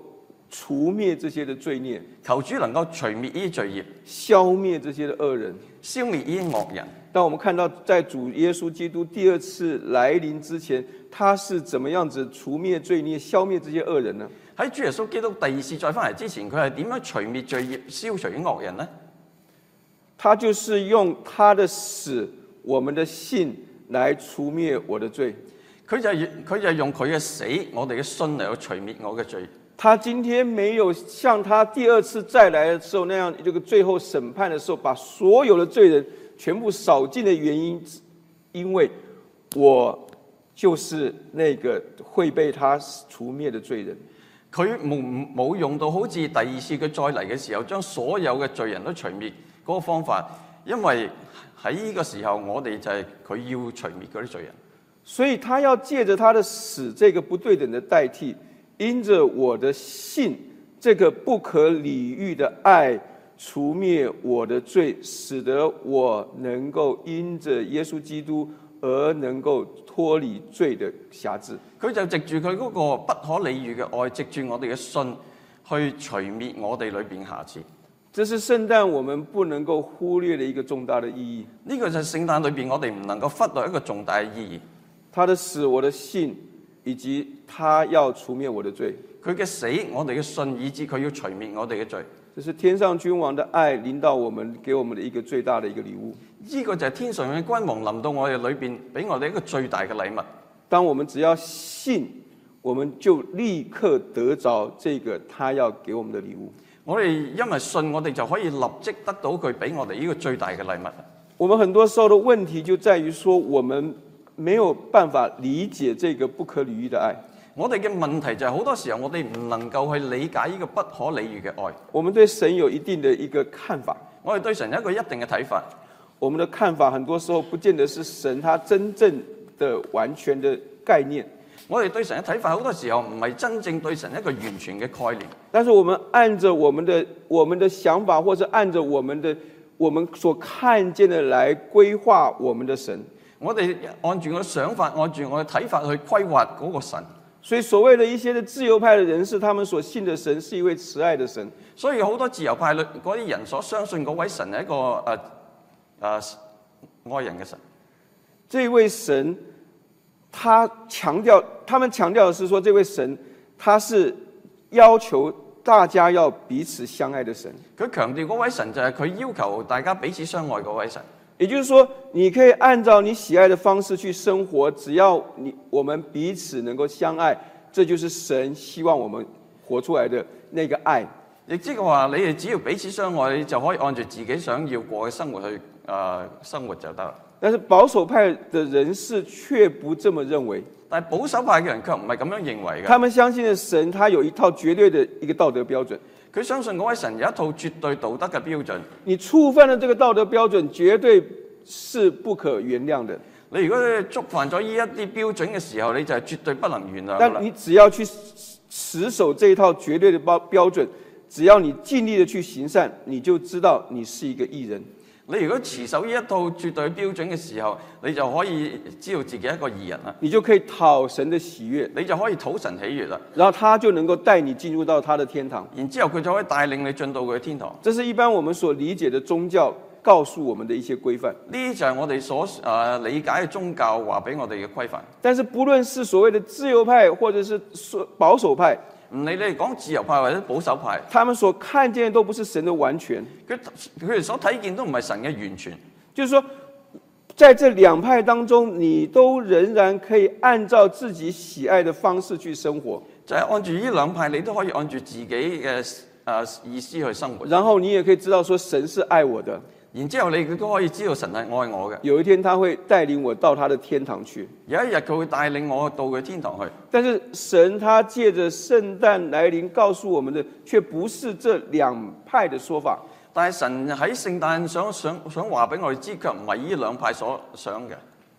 S1: 除灭这些的罪孽，
S2: 求主能夠除滅呢啲罪孽，
S1: 消灭这些的恶人。
S2: 消滅呢啲惡人。
S1: 当我们看到在主耶稣基督第二次来临之前，他是怎么样子除灭罪孽、消灭这些恶人呢？
S2: 喺主耶穌基督第二次再翻嚟之前，佢係點樣除滅罪孽、消除啲惡人呢？
S1: 他就是用他的死，我们的信来除灭我的罪。
S2: 佢佢就係佢就係用佢嘅死，我哋嘅信嚟去除滅我嘅罪。
S1: 他今天没有像他第二次再来的时候那样，这个最后审判的时候，把所有的罪人全部扫尽的原因，因为我就是那个会被他除灭的罪人。
S2: 佢冇冇用到好似第二次佢再嚟嘅時候，將所有嘅罪人都除滅嗰個方法，因為喺呢個時候我哋就係佢要除滅嗰啲罪人。
S1: 所以他要借着他的死这个不对等的代替，因着我的信这个不可理喻的爱，除灭我的罪，使得我能够因着耶稣基督而能够脱离罪的辖制。
S2: 佢就藉住佢嗰個不可理喻嘅愛，藉住我哋嘅信去除滅我哋裏邊瑕疵。
S1: 这是圣诞我们不能够忽略的一个重大的意义。
S2: 呢、個就係聖誕裏邊我哋唔能夠忽略一個重大嘅意義。
S1: 他的死，我的信，以及他要除灭我的罪，
S2: 佢嘅死，我哋嘅信，以致佢要除滅我哋嘅罪。
S1: 这是天上君王的爱临到我们，给我们的一个最大的一个礼物。
S2: 呢、個就係天上嘅君王臨到我哋裏邊，俾我哋一個最大嘅禮物。
S1: 当我们只要信，我们就立刻得着这个他要给我们的礼物。
S2: 我哋因為信，我哋就可以立即得到佢俾我哋呢個最大嘅禮物。
S1: 我们很多时候的问题就在于说，我们没有办法理解这个不可理喻的爱。
S2: 我哋嘅問題就係好多時候我哋唔能夠去理解呢個不可理喻嘅愛。
S1: 我们对神有一定的一个看法，
S2: 我哋對神有一個一定嘅睇法，
S1: 我们的看法很多时候不见得是神他真正的完全的概念。
S2: 我哋對神嘅睇法好多時候唔係真正對神一個完全嘅概念。
S1: 但是我们按着我们的我们的想法，或者按着我们的我们所看见的来规划我们的神。
S2: 我哋按住我嘅想法，按住我嘅睇法去規劃嗰個神。
S1: 所以，所谓的一些的自由派的人士，他们所信的神是一位慈爱的神，
S2: 所以好多自由派裏嗰啲人所相信嗰位神係一個誒誒、呃愛人嘅神。
S1: 这位神，他强调，他们强调的是说，这位神他是要求大家要彼此相爱的神。
S2: 佢強調嗰位神就係佢要求大家彼此相愛嗰位神。
S1: 也就是说，你可以按照你喜爱的方式去生活，只要你我们彼此能够相爱，这就是神希望我们活出来的那个爱。
S2: 亦即係話，你哋只要彼此相愛，你就可以按住自己想要過嘅生活去誒、呃生活就得啦。
S1: 但是保守派的人士却不这么认为，
S2: 但係保守派嘅人卻唔係咁樣認為嘅，
S1: 他们相信的神他有一套绝对的一个道德标准，
S2: 佢相信嗰位神有一套絕對道德嘅標準。
S1: 你触犯了这个道德标准，绝对是不可原谅的。
S2: 你如果觸犯咗呢一啲標準嘅時候，你就係絕對不能原諒㗎
S1: 但
S2: 啦。
S1: 你只要去持守这一套绝对的标标准，只要你尽力的去行善，你就知道你是一个艺人。
S2: 你如果持守呢一套絕對標準嘅時候，你就可以知道自己一個義人啦，
S1: 你就可以讨神的喜悦，
S2: 你就可以討神喜悅啦。
S1: 然后他就能够带你进入到他的天堂。
S2: 然之後佢就可以帶領你進到佢嘅天堂。
S1: 这是一般我们所理解的宗教告诉我们的一些规范。
S2: 呢啲就係我哋所誒、呃理解嘅宗教話俾我哋嘅規範。
S1: 但是不论是所谓的自由派，或者是说保守派，
S2: 唔理你哋講自由派或者保守派，
S1: 他们所看见的都不是神的完全。
S2: 佢佢哋所睇見都唔係神嘅完全。
S1: 就是说，在这两派当中，你都仍然可以按照自己喜爱的方式去生活，
S2: 就係、按住呢兩派，你都可以按住自己嘅誒、呃意思去生活。
S1: 然后你也可以知道说神是爱我的，
S2: 然之後你都可以知道神係愛我嘅。
S1: 有一天他会带領我到他的天堂去。
S2: 有一日佢會帶領我到佢天堂去。
S1: 但是神他借着圣诞来临告诉我们的，却不是这两派的说法，
S2: 但係神喺聖誕想想想話俾我哋知，卻唔係呢兩派所想嘅。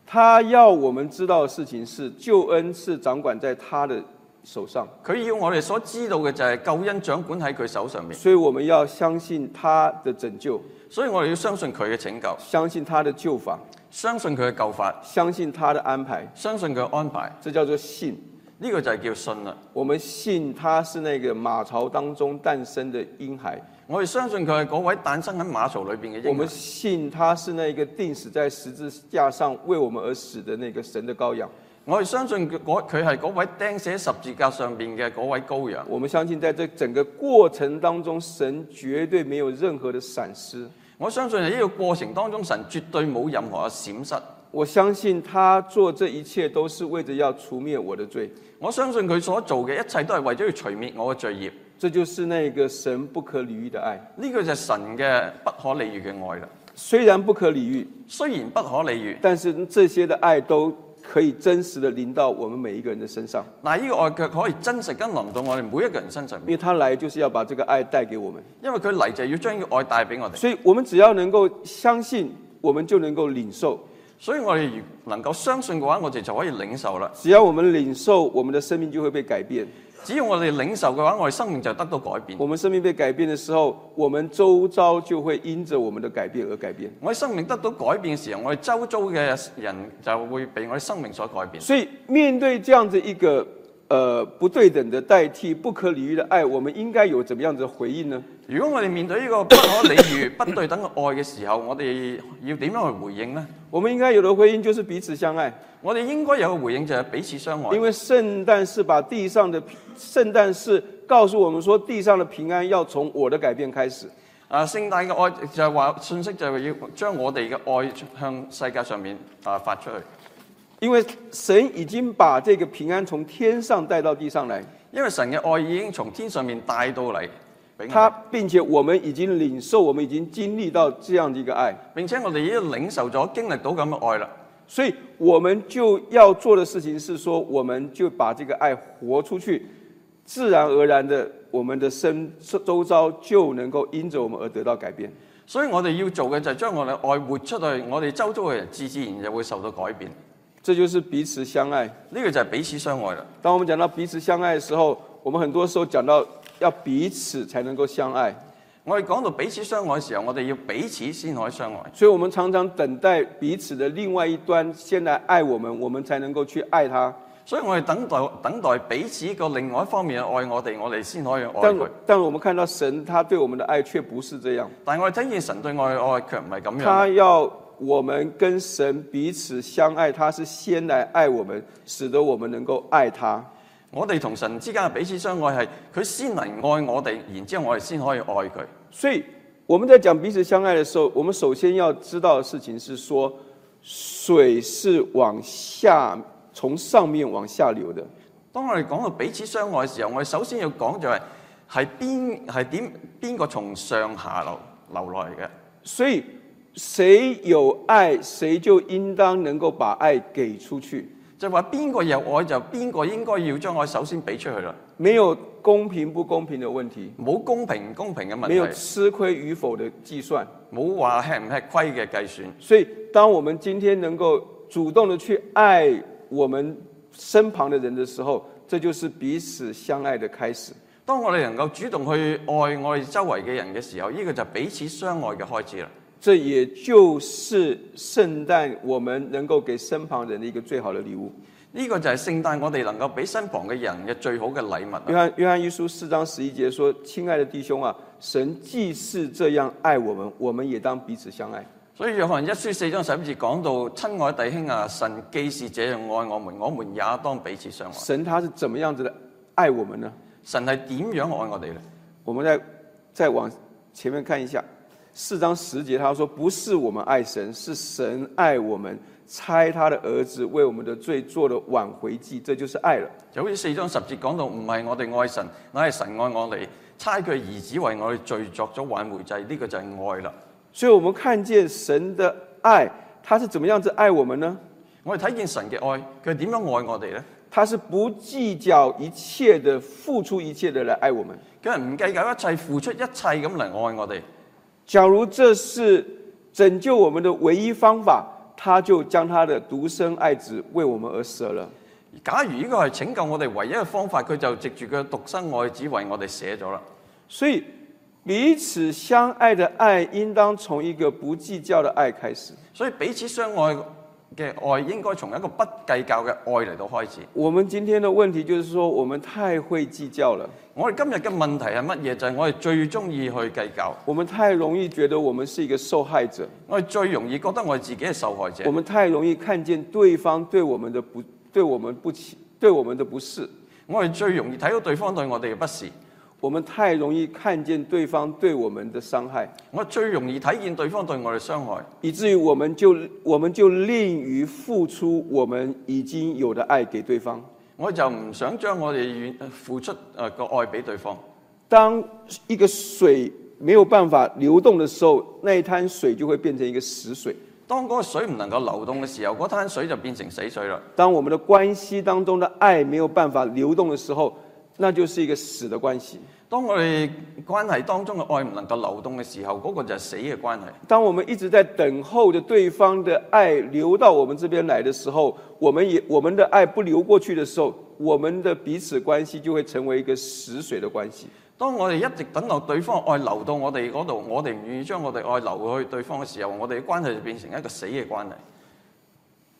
S1: 他要我们知道的事情是救恩是掌管在他的手上，
S2: 佢要我哋所知道嘅就係救恩掌管喺佢手上面，
S1: 所以我们要相信他的拯救，
S2: 所以我哋要相信佢嘅拯救，
S1: 相信他的救法，
S2: 相信佢嘅救法，
S1: 相信他的安排，
S2: 相信佢嘅安排。
S1: 这叫做信。
S2: 呢、個就係叫信啦。
S1: 我们信他是那个马槽当中诞生的婴孩，
S2: 我哋相信佢係嗰位誕生喺馬槽裏邊嘅啊
S1: 我
S2: 嬰
S1: 们
S2: 孩。
S1: 信他是那个定死在十字架上为我们而死的那个神的羔羊。
S2: 我哋相信佢嗰佢係嗰位釘死喺十字架上邊嘅嗰位羔羊。
S1: 我们相信，在这整个过程当中，神绝对没有任何的闪失。
S2: 我相信喺呢個過程當中，神絕對冇任何嘅閃失。
S1: 我相信他做这一切都是为着要除灭我的罪，
S2: 我相信佢所做嘅一切都係為咗要除滅我嘅罪孽。
S1: 这就是那个神不可理喻的爱。
S2: 呢、個就係神嘅不可理喻嘅愛啦。
S1: 虽然不可理喻，
S2: 雖然不可理喻，
S1: 但是这些的爱都可以真实的临到我们每一个人的身上，
S2: 但係呢個愛卻可以真實咁臨到我哋每一個人身上
S1: 因
S2: 面，
S1: 为他来就是要把这个爱带给我们。
S2: 因為佢嚟就係要將呢個愛帶俾我哋。
S1: 所以，我们只要能够相信，我们就能够领受。
S2: 所以我哋如能夠相信嘅話，我哋就可以領受啦。
S1: 只要我们领受，我们的生命就会被改变。
S2: 只要我哋領受嘅話，我哋生命就得到改變。
S1: 我们生命被改变的时候，我们周遭就会因着我们的改变而改变。
S2: 我哋生命得到改變嘅時候，我哋周遭嘅人就會被我哋生命所改變。
S1: 所以，面对这样子一个呃不对等的代替、不可理喻的爱，我们应该有怎么样子的回应呢？
S2: 如果我哋面對呢個不可理喻、不對等嘅愛嘅時候，我哋要點樣去回應呢？
S1: 我们应该有的回应就是彼此相爱，
S2: 我哋應該有個回應就係彼此相愛
S1: 因，为圣诞是把地上的圣诞是告诉我们说，地上的平安要从我的改變开始。
S2: 啊，聖誕嘅愛就係話信息就係要將我哋嘅愛向世界上面啊發出去，
S1: 因为神已经把这个平安从天上带到地上来，
S2: 因為神嘅愛已經從天上面帶到嚟俾我
S1: 他
S2: 哋，
S1: 并且我们已经领受，我们已经经歷到这样的一个爱，
S2: 並且我哋已經領受咗、經歷到咁嘅愛啦。
S1: 所以我们就要做的事情是说，我们就把这个爱活出去，自然而然的，我们的身周遭就能够因着我们而得到改变。
S2: 所以我哋要做嘅就係將我哋愛活出去，我哋周遭嘅人自自然就會受到改變。呢、
S1: 这就是彼此相爱。
S2: 個就係彼此相愛啦。
S1: 当我们讲到彼此相爱的时候，我们很多时候讲到要彼此才能够相爱，
S2: 我哋講到彼此相愛嘅時候，我哋要彼此先可以相愛。
S1: 所以我们常常等待彼此的另外一端先来爱我们，我们才能够去爱他。
S2: 所以我哋等待等待彼此個另外一方面嘅愛我哋，我哋先可以愛
S1: 但
S2: 佢。
S1: 但我们看到神他对我们的爱却不是这样，
S2: 但係我哋睇見神對我哋嘅愛卻唔係咁樣。
S1: 他要我们跟神彼此相爱，他是先来爱我们，使得我们能够爱他。
S2: 我哋同神之間嘅彼此相愛係佢先能愛我哋，然之後我哋先可以愛佢。
S1: 所以我们在讲彼此相爱的时候，我们首先要知道的事情是说，水是往下从上面往下流的，
S2: 當我哋講到彼此相愛嘅時候，我哋首先要講就係係邊係點邊個從上下流流落嚟嘅。
S1: 所以谁有爱，谁就应当能够把爱给出去。
S2: 就係話邊個有愛就邊個應該要將愛首先俾出去啦，
S1: 没有公平不公平的問題，
S2: 冇公平唔公平嘅問
S1: 沒有
S2: 題，
S1: 吃虧與否的計算。
S2: 冇話吃唔吃虧嘅計算。
S1: 所以，當我們今天能夠主動的去愛我們身旁的人的时候，这就是彼此相愛的開始。
S2: 當我哋能夠主動去愛我哋周圍嘅人嘅時候，呢、個就係彼此相愛嘅開始啦。
S1: 这也就是聖誕我們能夠給身旁人的一個最好的禮物。
S2: 呢、個就係聖誕我哋能夠俾身旁嘅人嘅最好嘅禮物啦。
S1: 约翰约翰一书四章十一节说：“亲愛的弟兄啊，神既是這樣愛我們，我們也當彼此相愛。”
S2: 所以約翰一書四章十一節講到：親愛弟兄啊，神既是這樣愛我們，我們也當彼此相愛。
S1: 神他是怎麼樣子的愛我們呢？
S2: 神係點樣愛我哋呢？
S1: 我们再再往前面看一下，四章十节，他说：“不是我们爱神，是神爱我们，差他的儿子为我们的罪做了挽回祭，这就是爱了。
S2: 就好似四章十節講到，唔係我哋愛神，乃係神愛我哋，差佢兒子為我哋罪作咗挽回祭，呢、個就係愛啦。”
S1: 所以，我们看见神的爱，他是怎么样子爱我们呢？
S2: 我哋睇見神嘅愛，佢係點樣愛我哋呢？
S1: 他是不计较一切的，付出一切的来爱我们。
S2: 佢係唔計較一切，付出一切咁嚟愛我哋。
S1: 假如这是拯救我们的唯一方法，他就将他的独生爱子为我们而舍了。
S2: 假如呢個係拯救我哋唯一嘅方法，佢就藉住佢嘅獨生愛子為我哋寫咗啦。
S1: 所以，彼此相爱的爱，应当从一个不计较的爱开始。
S2: 所以彼此相愛嘅愛應該從一個不計較嘅愛嚟到開始。
S1: 我们今天的問題就是說，我們太會計較了，
S2: 我哋今日嘅問題係乜嘢？就係、我哋最中意去計較，
S1: 我們太容易覺得我們是一個受害者，
S2: 我哋最容易覺得我哋自己係受害者
S1: 我，們太容易看見對方對我們的不对我们不起对我们的不是，
S2: 我哋最容易睇到對方對我哋嘅不是。
S1: 我们太容易看见对方对我们的伤害，
S2: 我最容易睇見對方對我哋傷害，
S1: 以至于我们就我们就吝于付出我们已经有的爱给对方。
S2: 我就唔想將我哋願付出誒個愛俾對方。
S1: 当一个水没有办法流动的时候，那一滩水就会变成一个死水。
S2: 當嗰個水唔能夠流動嘅時候，嗰灘水就變成死水啦。
S1: 当我们的关系当中的爱没有办法流动的时候，那就是一个死的关系。
S2: 當我哋關係當中嘅愛唔能夠流動嘅時候，嗰、個就係死嘅關係。
S1: 当我们一直在等候着对方的爱流到我们这边来的时候，我们也我们的爱不流过去的时候，我们的彼此关系就会成为一个死水的关系。
S2: 當我哋一直等待對方愛流到我哋嗰度，我哋唔願意將我哋愛流去對方嘅時候，我哋嘅關係就變成一個死嘅關係。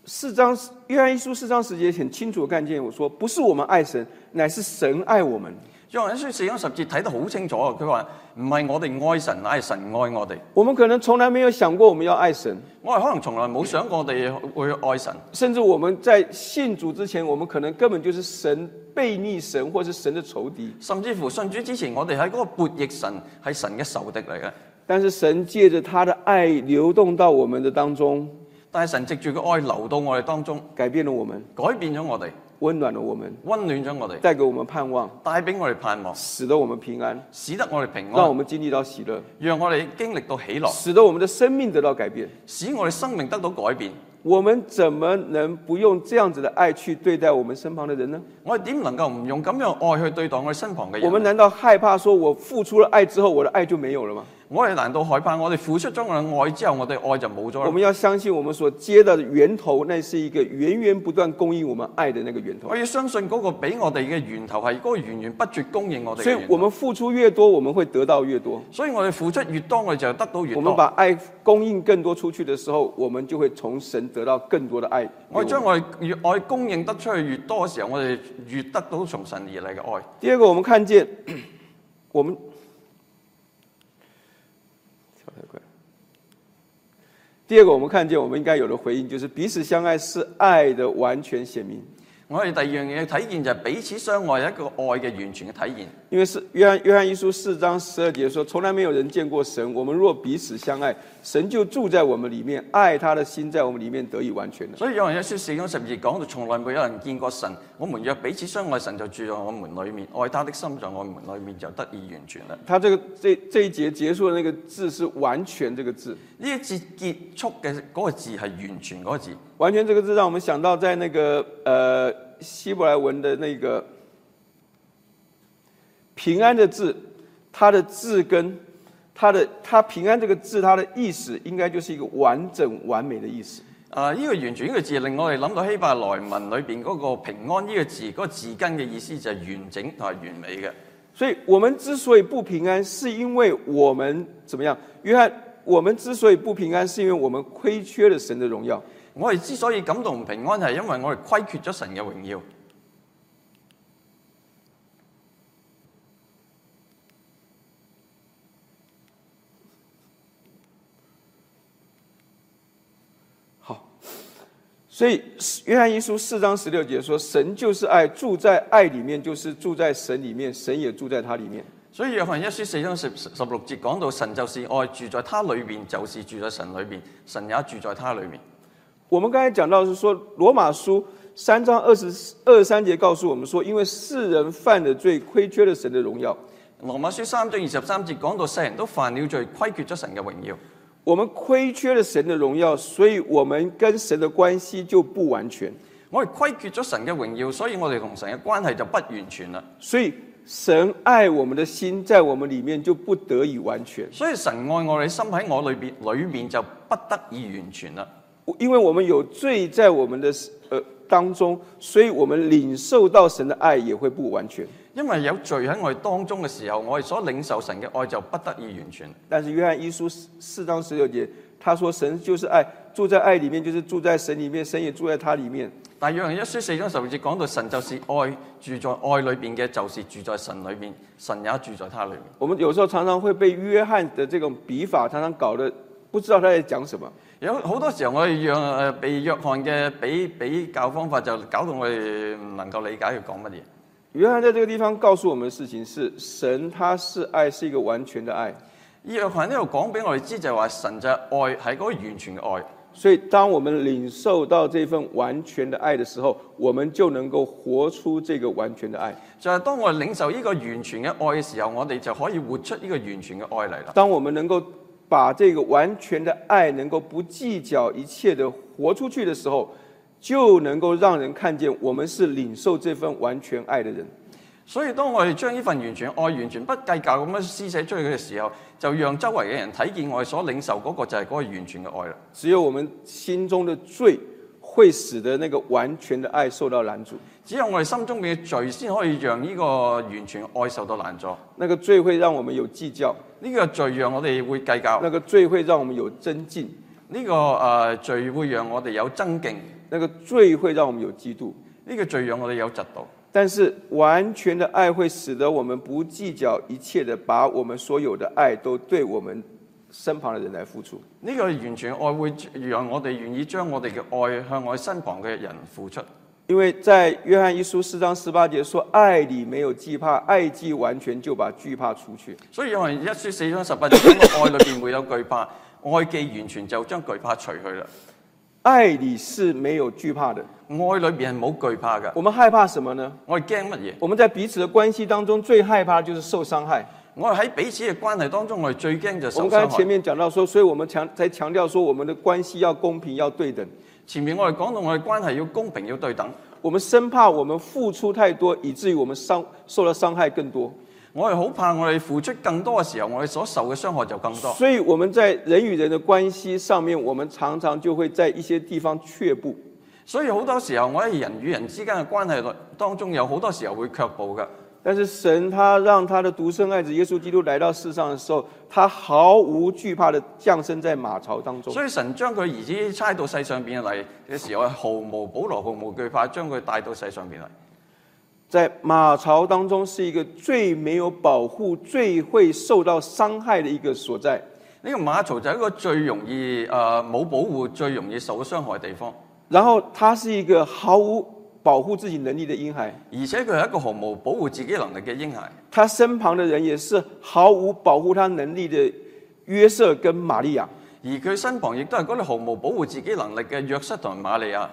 S1: 四章约翰一书四章十节很清楚地看见，我说不是我们爱神，乃是神爱我们。
S2: 約翰一書四章十節睇得好清楚啊！佢話唔係我哋愛神，乃係神愛我哋。
S1: 我们可能从來没有想过我们要爱神，
S2: 我係可能從來冇想過我哋會愛神，
S1: 甚至我们在信主之前，我们可能根本就是神背逆神或是神的仇敌。
S2: 甚至乎信主之前，我哋喺嗰個悖逆神係神嘅仇敵嚟嘅。
S1: 但是神借着他的爱流动到我们的当中，
S2: 但係神藉住個愛流到我哋當中，
S1: 改变了我们，
S2: 改變咗我哋，
S1: 温暖了我们，
S2: 温暖咗我哋，
S1: 带给我们盼望，
S2: 帶俾我哋盼望，
S1: 使得我们平安，
S2: 使得我哋平
S1: 让我
S2: 安，
S1: 们经历到喜乐，
S2: 讓我哋經歷到喜樂，
S1: 使得我们的生命得到改变。
S2: 使我哋生命得到改變。
S1: 我们怎么能不用这样子的爱去对待我们身旁的人呢？
S2: 我哋點能夠唔用咁樣愛去對待我哋身旁嘅
S1: 我
S2: 人
S1: 们
S2: 呢？
S1: 难道害怕说我付出了爱之后，我的爱就没有了吗？
S2: 我哋難道害怕我哋付出咗我哋嘅愛之後，我哋愛就冇咗
S1: 我
S2: 啦？
S1: 们要相信我们所接到的源头，那是一个源源不断供应我们爱的那个源头
S2: 我。要相信嗰個俾我哋嘅源頭係嗰個源源不絕供應我哋嘅
S1: 所以
S2: 源頭
S1: 我们付出越多，我们会得到越多。
S2: 所以我哋付出越多，我哋就得到越
S1: 我们
S2: 多。
S1: 把爱供应更多出去的时候，我们就会从神得到更多的爱。
S2: 我哋將我哋越愛供應得出去越多嘅時候，我哋越得到從神而嚟嘅愛。
S1: 第二个，我们看见 我们跳太快。第二个，我们看见我们应该有的回应就是彼此相爱是爱的完全显明，
S2: 我哋第二樣嘢體現就係彼此相愛，一個愛嘅完全嘅體現。
S1: 因为是约翰约翰一书四章十二节说，从来没有人见过神，我们若彼此相爱，神就住在我们里面，爱他的心在我们里面得以完全了。
S2: 所以有人一書四章十二講到，從來沒有人見過神。我們若彼此相愛，神就住在我們裏面，愛他的心在我們裏面就得以完全啦。
S1: 他这个这这一节结束的那个字是“完全”这个字，“
S2: 呢一節結束嘅嗰個字係完全嗰個字。
S1: 完全”这个字让我们想到在那个呃希伯来文的那个“平安”的字，它的字根，它的它“平安”这个字，它的意思应该就是一个完整、完美的意思。
S2: 啊！呢、個完全呢個字令我哋諗到希伯來文裏邊嗰個平安呢個字，嗰、個字根嘅意思就係完整同埋完美嘅。
S1: 所以我们之所以不平安，是因为我们怎么样？约翰，我们之所以不平安，是因为我们亏缺了神的荣耀。
S2: 我哋之所以感到唔平安，係因為我哋虧缺咗神嘅榮耀。
S1: 所以约翰一书四章十六节说：“神就是爱，住在爱里面，就是住在神里面，神也住在他里面。
S2: 所以約翰一書四章十十六節講到神就是愛，住在他裏面就是住在神裏面，神也住在他裏面。”
S1: 我们刚才讲到是说，罗马书三章二十二十三节告诉我们说，因为世人犯的罪，亏缺了神的荣耀。
S2: 羅馬書三章二十三節講到世人都犯了罪，虧缺咗神嘅榮耀。
S1: 我们亏缺了神的荣耀，所以我们跟神的关系就不完全。
S2: 我哋虧缺咗神嘅榮耀，所以我哋同神嘅關係就不完全啦。
S1: 所以神爱我们的心，在我们里面就不得以完全，
S2: 所以神愛我哋心喺我裏邊，裏面就不得以完全啦。
S1: 因为我们有罪在我们的呃当中，所以我们领受到神的爱也会不完全。
S2: 因為有罪喺我哋當中嘅時候，我哋所領受神嘅愛就不得以完全。
S1: 但是约翰一书四四章十六节，他说神就是爱，住在爱里面就是住在神里面，神也住在他里面。
S2: 但約翰一書四章十六節講到神就是愛，住在愛裏邊嘅就是住在神裏面，神也住在他裏面。
S1: 我们有时候常常会被约翰的这种笔法常常搞得不知道他在讲什么。
S2: 有好多時候我哋讓呃誒被約翰嘅比比較方法就搞到我哋唔能夠理解佢講乜嘢。
S1: 约翰在这个地方告诉我们的事情是：神他是爱，是一个完全的爱。
S2: 約翰呢度講俾我哋知就係話神就係愛，係嗰個完全嘅愛。
S1: 所以，当我们领受到这份完全的爱的时候，我们就能够活出这个完全的爱。
S2: 就係、當我哋領受呢個完全嘅愛嘅時候，我哋就可以活出呢個完全嘅愛嚟啦。
S1: 当我们能够把这个完全的爱，能够不计较一切的活出去的时候，就能够让人看见我们是领受这份完全爱的人。
S2: 所以當我哋將呢份完全愛、完全不計較咁樣施捨出去嘅時候，就讓周圍嘅人睇見我哋所領受嗰個就係嗰個完全嘅愛啦。
S1: 只有我们心中的罪，会使得那个完全的爱受到拦阻。
S2: 只有我哋心中嘅罪先可以讓呢個完全嘅愛受到攔阻。
S1: 那个罪會讓我们有计較，
S2: 呢、個罪讓我哋會計較，呢、
S1: 那个罪會讓我们有增进，
S2: 個呃罪會讓我哋有爭競，呢、
S1: 那个罪會讓我们有嫉妒。
S2: 個罪讓我哋有嫉妒。
S1: 但是完全的爱会使得我们不计较一切的，把我们所有的爱都对我们身旁的人来付出。
S2: 呢、個完全愛會讓我哋願意將我哋嘅愛向我哋身旁嘅人付出。
S1: 因为在约翰一书四章十八节说：“爱里没有惧怕，爱既完全，就把惧怕除去。
S2: 所以有人一書四章十八節講到愛裏邊會有懼怕， 愛既完全就將懼怕除去啦。”
S1: 爱里是没有惧怕的。
S2: 愛裏邊係冇懼怕㗎。
S1: 我们害怕什么呢？
S2: 我哋驚乜嘢？
S1: 我们在彼此的關係當中最害怕就是受傷害。
S2: 我哋喺彼此嘅關係當中，我哋最驚就
S1: 我
S2: 受
S1: 们刚
S2: 傷
S1: 才前
S2: 害。
S1: 面讲到说，所以我们强才强调说，我们的关系要公平，要对等。
S2: 前面我哋講到我哋關係要公平，要對等。
S1: 我们生怕我们付出太多，以至于我们伤受了伤害更多。
S2: 我哋好怕我哋付出更多嘅時候，我哋所受嘅傷害就更多。
S1: 所以我们在人与人的关系上面，我们常常就会在一些地方却步。
S2: 所以好多時候，我喺人與人之間嘅關係裏當中，有好多時候會卻步㗎。
S1: 但是神他让他的独生爱子耶稣基督来到世上的时候，他毫无惧怕的降生在马槽当中。
S2: 所以神將佢兒子差到世上邊嚟嘅時候，毫無保羅毫無懼怕，將佢帶到世上邊嚟。
S1: 在马槽当中是一个最没有保护、最会受到伤害的一个所在。
S2: 呢、個馬槽就係一個最容易誒呃冇、保護、最容易受傷害嘅地方，
S1: 然后他是一个毫无保护自己能力的婴孩，
S2: 而且佢係一個毫無保護自己能力嘅嬰孩，
S1: 他身旁的人也是毫无保护他能力的约瑟跟玛利亚。
S2: 而佢身旁亦都係嗰啲毫無保護自己能力嘅約瑟同埋瑪利亞。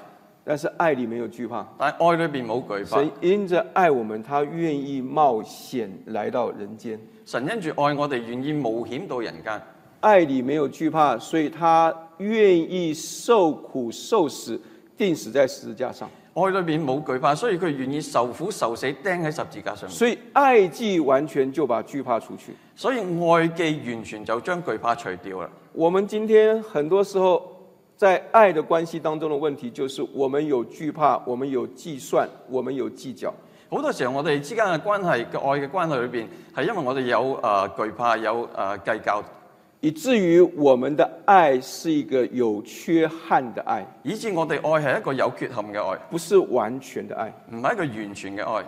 S1: 但是爱里没有惧怕，
S2: 但係愛裏邊冇懼
S1: 神
S2: 怕，
S1: 因着爱我们，他愿意冒险来到人间。
S2: 神因住愛我哋，願意冒險到人間。
S1: 爱里没有惧怕，所以他愿意受苦受死，定死在十字架上。
S2: 愛裏邊冇懼怕，所以佢願意受苦受死，釘喺十字架上面。
S1: 所以爱既完全，就把惧怕除去。
S2: 所以愛既完全就將懼怕除掉啦。
S1: 我们今天很多时候在爱的关系当中的问题，就是我们有惧怕，我们有计算，我们有计较。
S2: 好多時候，我哋之間嘅關係、嘅愛嘅關係裏邊，係因為我哋有誒、呃、懼怕、有誒、呃、計較，
S1: 以至于我们的爱是一个有缺憾的爱，
S2: 以致我哋愛係一個有缺陷嘅愛，
S1: 不是完全的爱。
S2: 唔係一個完全嘅愛。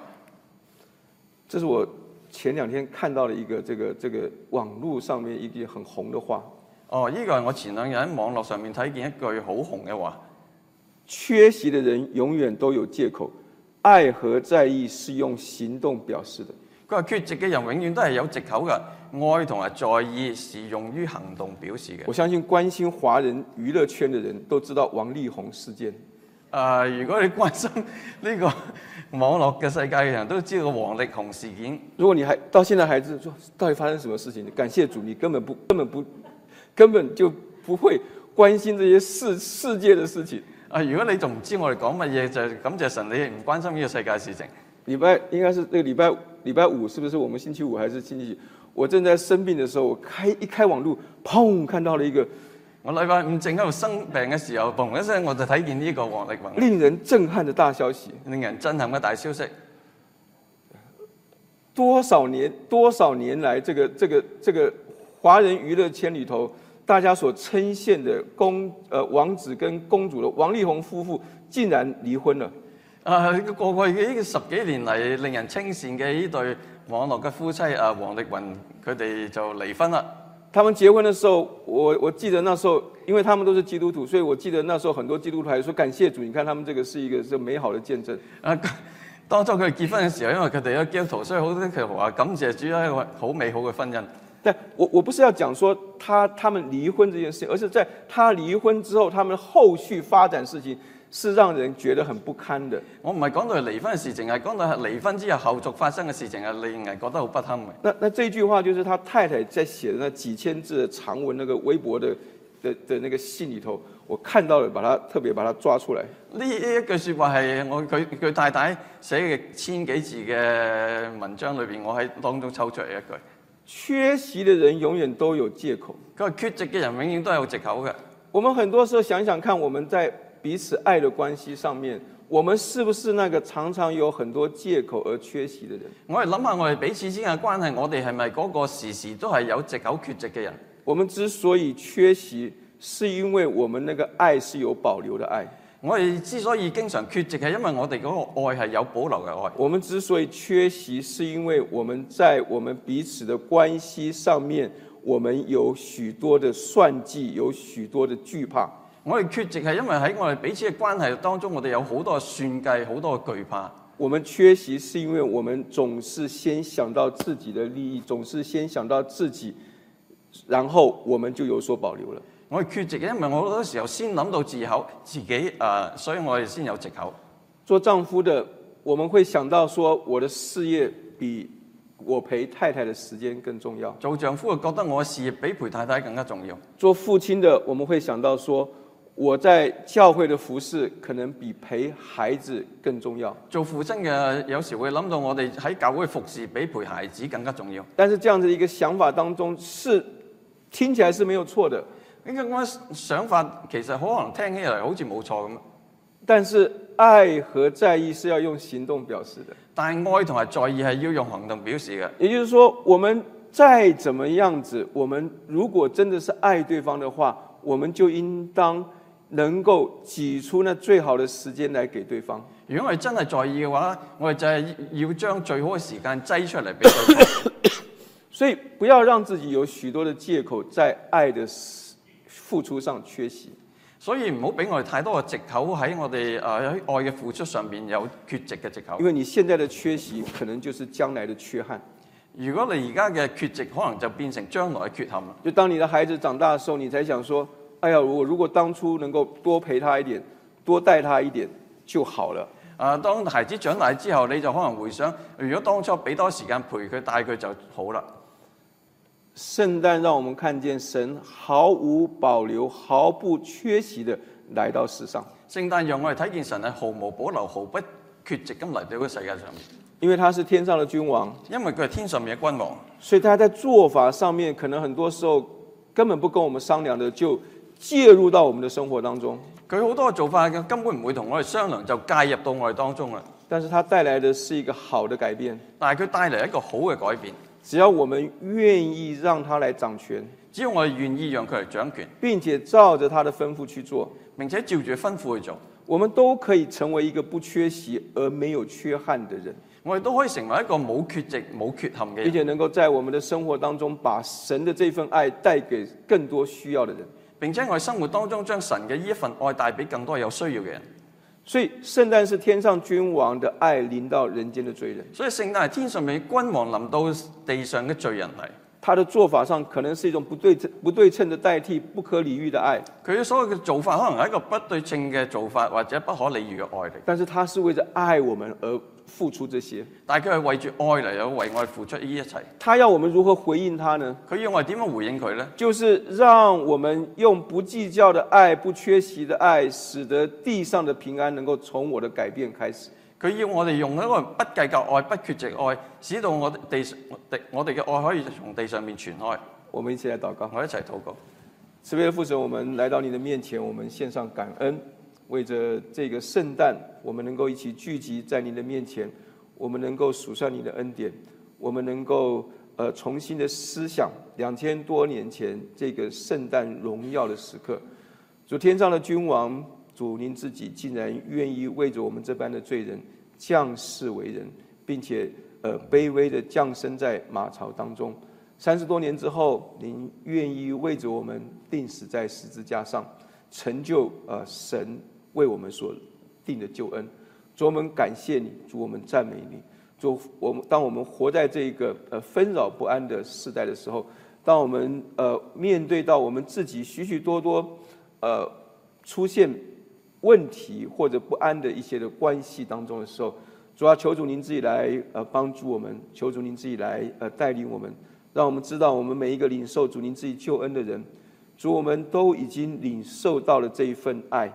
S1: 这是我前两天看到的一个这个这个网络上面一句很红的话：
S2: 哦，呢、個係我前兩日喺網絡上面睇見一句好紅嘅話：
S1: 缺席的人永远都有借口，爱和在意是用行动表示的。
S2: 佢話缺席嘅人永遠都係有藉口嘅，愛同埋在意是用於行動表示嘅。誒、
S1: 我相信关心华人娱乐圈的人都知道王力宏事件。
S2: 啊如果你關心呢個網絡嘅世界嘅人都知道王力宏事件。
S1: 如果你还到现在还是说到底发生什么事情，感谢主，你根本不根本不根本就不会关心这些世世界的事情。
S2: 啊！如果你仲唔知我哋講乜嘢，就感謝神，你唔關心呢個世界事情。
S1: 礼拜应该是那个礼拜礼拜五是不是？我们星期五还是星期几？我正在生病的时候，我开一开网路，砰，看到了一个
S2: 我禮拜五正喺度生病嘅時候，嘣一聲我就睇見呢個王力宏，
S1: 令人震撼的大消息：
S2: 令人震撼嘅大消息。
S1: 多少年多少年来，这个这个这个华人娱乐圈里头，大家所称羡的公呃王子跟公主的王力宏夫妇，竟然离婚了。
S2: 啊！過過去呢十幾年嚟，令人稱羨嘅呢對網絡嘅夫妻啊，王力宏佢哋就離婚啦。
S1: 他们结婚的时候，我我记得那时候，因为他们都是基督徒，所以我记得那时候很多基督徒还说感谢主，你看他们这个是一个是美好的见证。
S2: 啊，當初佢哋結婚嘅時候，因為佢哋有基督徒，所以好多基督徒話感謝主啊，一個好美好嘅婚姻。
S1: 但我我不是要讲说他他们离婚这件事情，而是在他离婚之后，他们后续发展事情是让人觉得很不堪的。
S2: 我唔係講到係離婚嘅事情，係講到係離婚之後後續發生嘅事情，係令人覺得好不堪嘅。
S1: 那那这句话就是他太太在写的那几千字的长文那个微博的的的那个信里头，我看到了，把它特别把它抓出来。
S2: 呢呢一句説話係我佢佢太太寫嘅千幾字嘅文章裏邊，我喺當中抽出嚟一句。
S1: 缺席的人永远都有借口。
S2: 佢話缺席嘅人永遠都有藉口嘅。
S1: 我们很多时候想想看，我们在彼此爱的关系上面，我们是不是那个常常有很多借口而缺席的人？
S2: 我哋諗下，我哋彼此之間嘅關係，我哋係咪嗰個時時都係有藉口缺席嘅人？
S1: 我们之所以缺席，是因为我们那个爱是有保留的爱；
S2: 我哋之所以經常缺席，係因為我哋嗰個愛係有保留嘅愛。
S1: 我们之所以缺席，是因为我们在我们彼此的关系上面，我们有许多的算计，有许多的惧怕。
S2: 我哋缺席係因為喺我哋彼此嘅關係當中，我哋有好多嘅算計，好多嘅懼怕。
S1: 我们缺席是因为我们总是先想到自己的利益，总是先想到自己，然后我们就有所保留了。
S2: 我哋缺席，因為我好多時候先諗到自口自己誒、呃所以我哋先有藉口。
S1: 做丈夫的，我们会想到说，我的事业比我陪太太的时间更重要；
S2: 做丈夫嘅覺得我嘅事業比陪太太更加重要。
S1: 做父亲的，我们会想到说，我在教会的服侍可能比陪孩子更重要。
S2: 做父親嘅有時會諗到我哋喺教會服侍比陪孩子更加重要。
S1: 但是这样的一个想法当中是听起来是没有错的，
S2: 呢個咁嘅想法其實可能聽起嚟好似冇錯咁，
S1: 但是爱和在意是要用行动表示的。
S2: 但係愛同埋在意係要用行動表示嘅。
S1: 也就是说，我们再怎么样子，我们如果真的是爱对方的话，我们就应当能够挤出那最好的时间来给对方。
S2: 如果我哋真係在意嘅話，我哋就係要將最好嘅時間擠出嚟俾對方。
S1: 所以，不要让自己有许多的借口在爱的付出上缺席。
S2: 所以唔好俾我哋太多嘅藉口喺我哋誒喺愛嘅付出上面有缺席嘅藉口
S1: 因。为你现在的缺席，可能就是将来的缺憾。
S2: 如果你而家嘅缺席，可能就變成將來嘅缺陷啦。
S1: 就当你的孩子长大的时候，你才想说：“哎呀，我如果当初能够多陪他一点，多带他一点就好了。”
S2: 啊，當孩子長大之後，你就可能回想，如果當初俾多時間陪佢帶佢就好啦。
S1: 圣诞让我们看见神毫无保留、毫不缺席的来到世上，
S2: 聖誕讓我哋睇見神係毫無保留、毫不缺席咁嚟到呢個世界上面，
S1: 因为他是天上的君王，
S2: 因為佢係天上面嘅君王。
S1: 所以他在做法上面可能很多时候根本不跟我们商量的，就介入到我们的生活当中。
S2: 佢好多做法嘅根本唔會同我哋商量，就介入到我哋當中啦。
S1: 但是他带来的是一个好的改变，
S2: 但係佢帶嚟一個好嘅改變，
S1: 只要我们愿意让他来掌权，
S2: 只要我哋願意讓佢嚟掌權，
S1: 并且照着他的吩咐去做，
S2: 並且照住吩咐去做，
S1: 我们都可以成为一个不缺席而没有缺憾的人。
S2: 我哋都可以成為一個冇缺席、冇缺陷嘅
S1: 并
S2: 人，
S1: 且能够在我们的生活当中，把神的这份爱带给更多需要的人。
S2: 並且我哋生活當中將神嘅呢一份愛帶俾更多有需要嘅人。
S1: 所以，圣诞是天上君王的爱临到人间的罪人。
S2: 所以聖誕係天上面嘅君王臨到地上嘅罪人嚟。
S1: 他的做法上可能是一种不对称、不对称的代替、不可理喻的爱，
S2: 佢所有嘅做法可能係一個不對稱嘅做法，或者不可理喻嘅愛嚟。
S1: 但是他是为着愛我們而付出這些。
S2: 但係佢係為住愛嚟，有為愛付出呢一切。
S1: 他要我們如何回應他呢？
S2: 佢要我哋點樣回應佢呢？
S1: 就是让我们用不计较的爱、不缺席的爱，使得地上的平安能够从我的改变开始。
S2: 佢要我哋用一個不計較愛、不缺席愛，使到我哋地地我哋嘅愛可以從地上面傳開。
S1: 我們一起來禱告。
S2: 我一齊禱告。
S1: 慈悲的父神，我们来到你的面前，我们献上感恩，为着这个圣诞，我们能够一起聚集在你的面前，我们能够数算你的恩典，我们能够呃重新的思想两千多年前这个圣诞荣耀的时刻。主天上的君王，主您自己竟然愿意为着我们这般的罪人降世为人，并且呃卑微的降生在马槽当中。三十多年之后，您愿意为着我们定死在十字架上，成就呃神为我们所定的救恩。主，我们感谢你，主，我们赞美你。主，我们当我们活在这个呃纷扰不安的时代的时候，当我们呃面对到我们自己许许多多呃出现问题或者不安的一些的关系当中的时候，主要求主您自己来呃帮助我们，求主您自己来呃带领我们，让我们知道我们每一个领受主您自己救恩的人，主我们都已经领受到了这一份爱，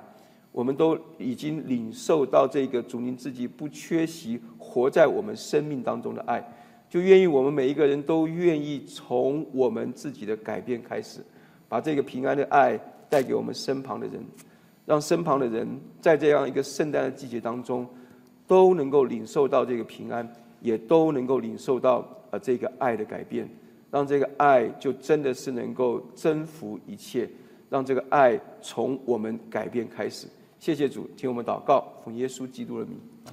S1: 我们都已经领受到这个主您自己不缺席活在我们生命当中的爱，就愿意我们每一个人都愿意从我们自己的改变开始，把这个平安的爱带给我们身旁的人，让身旁的人在这样一个圣诞的季节当中，都能够领受到这个平安，也都能够领受到呃这个爱的改变，让这个爱就真的是能够征服一切，让这个爱从我们改变开始。谢谢主，听我们祷告，奉耶稣基督的名。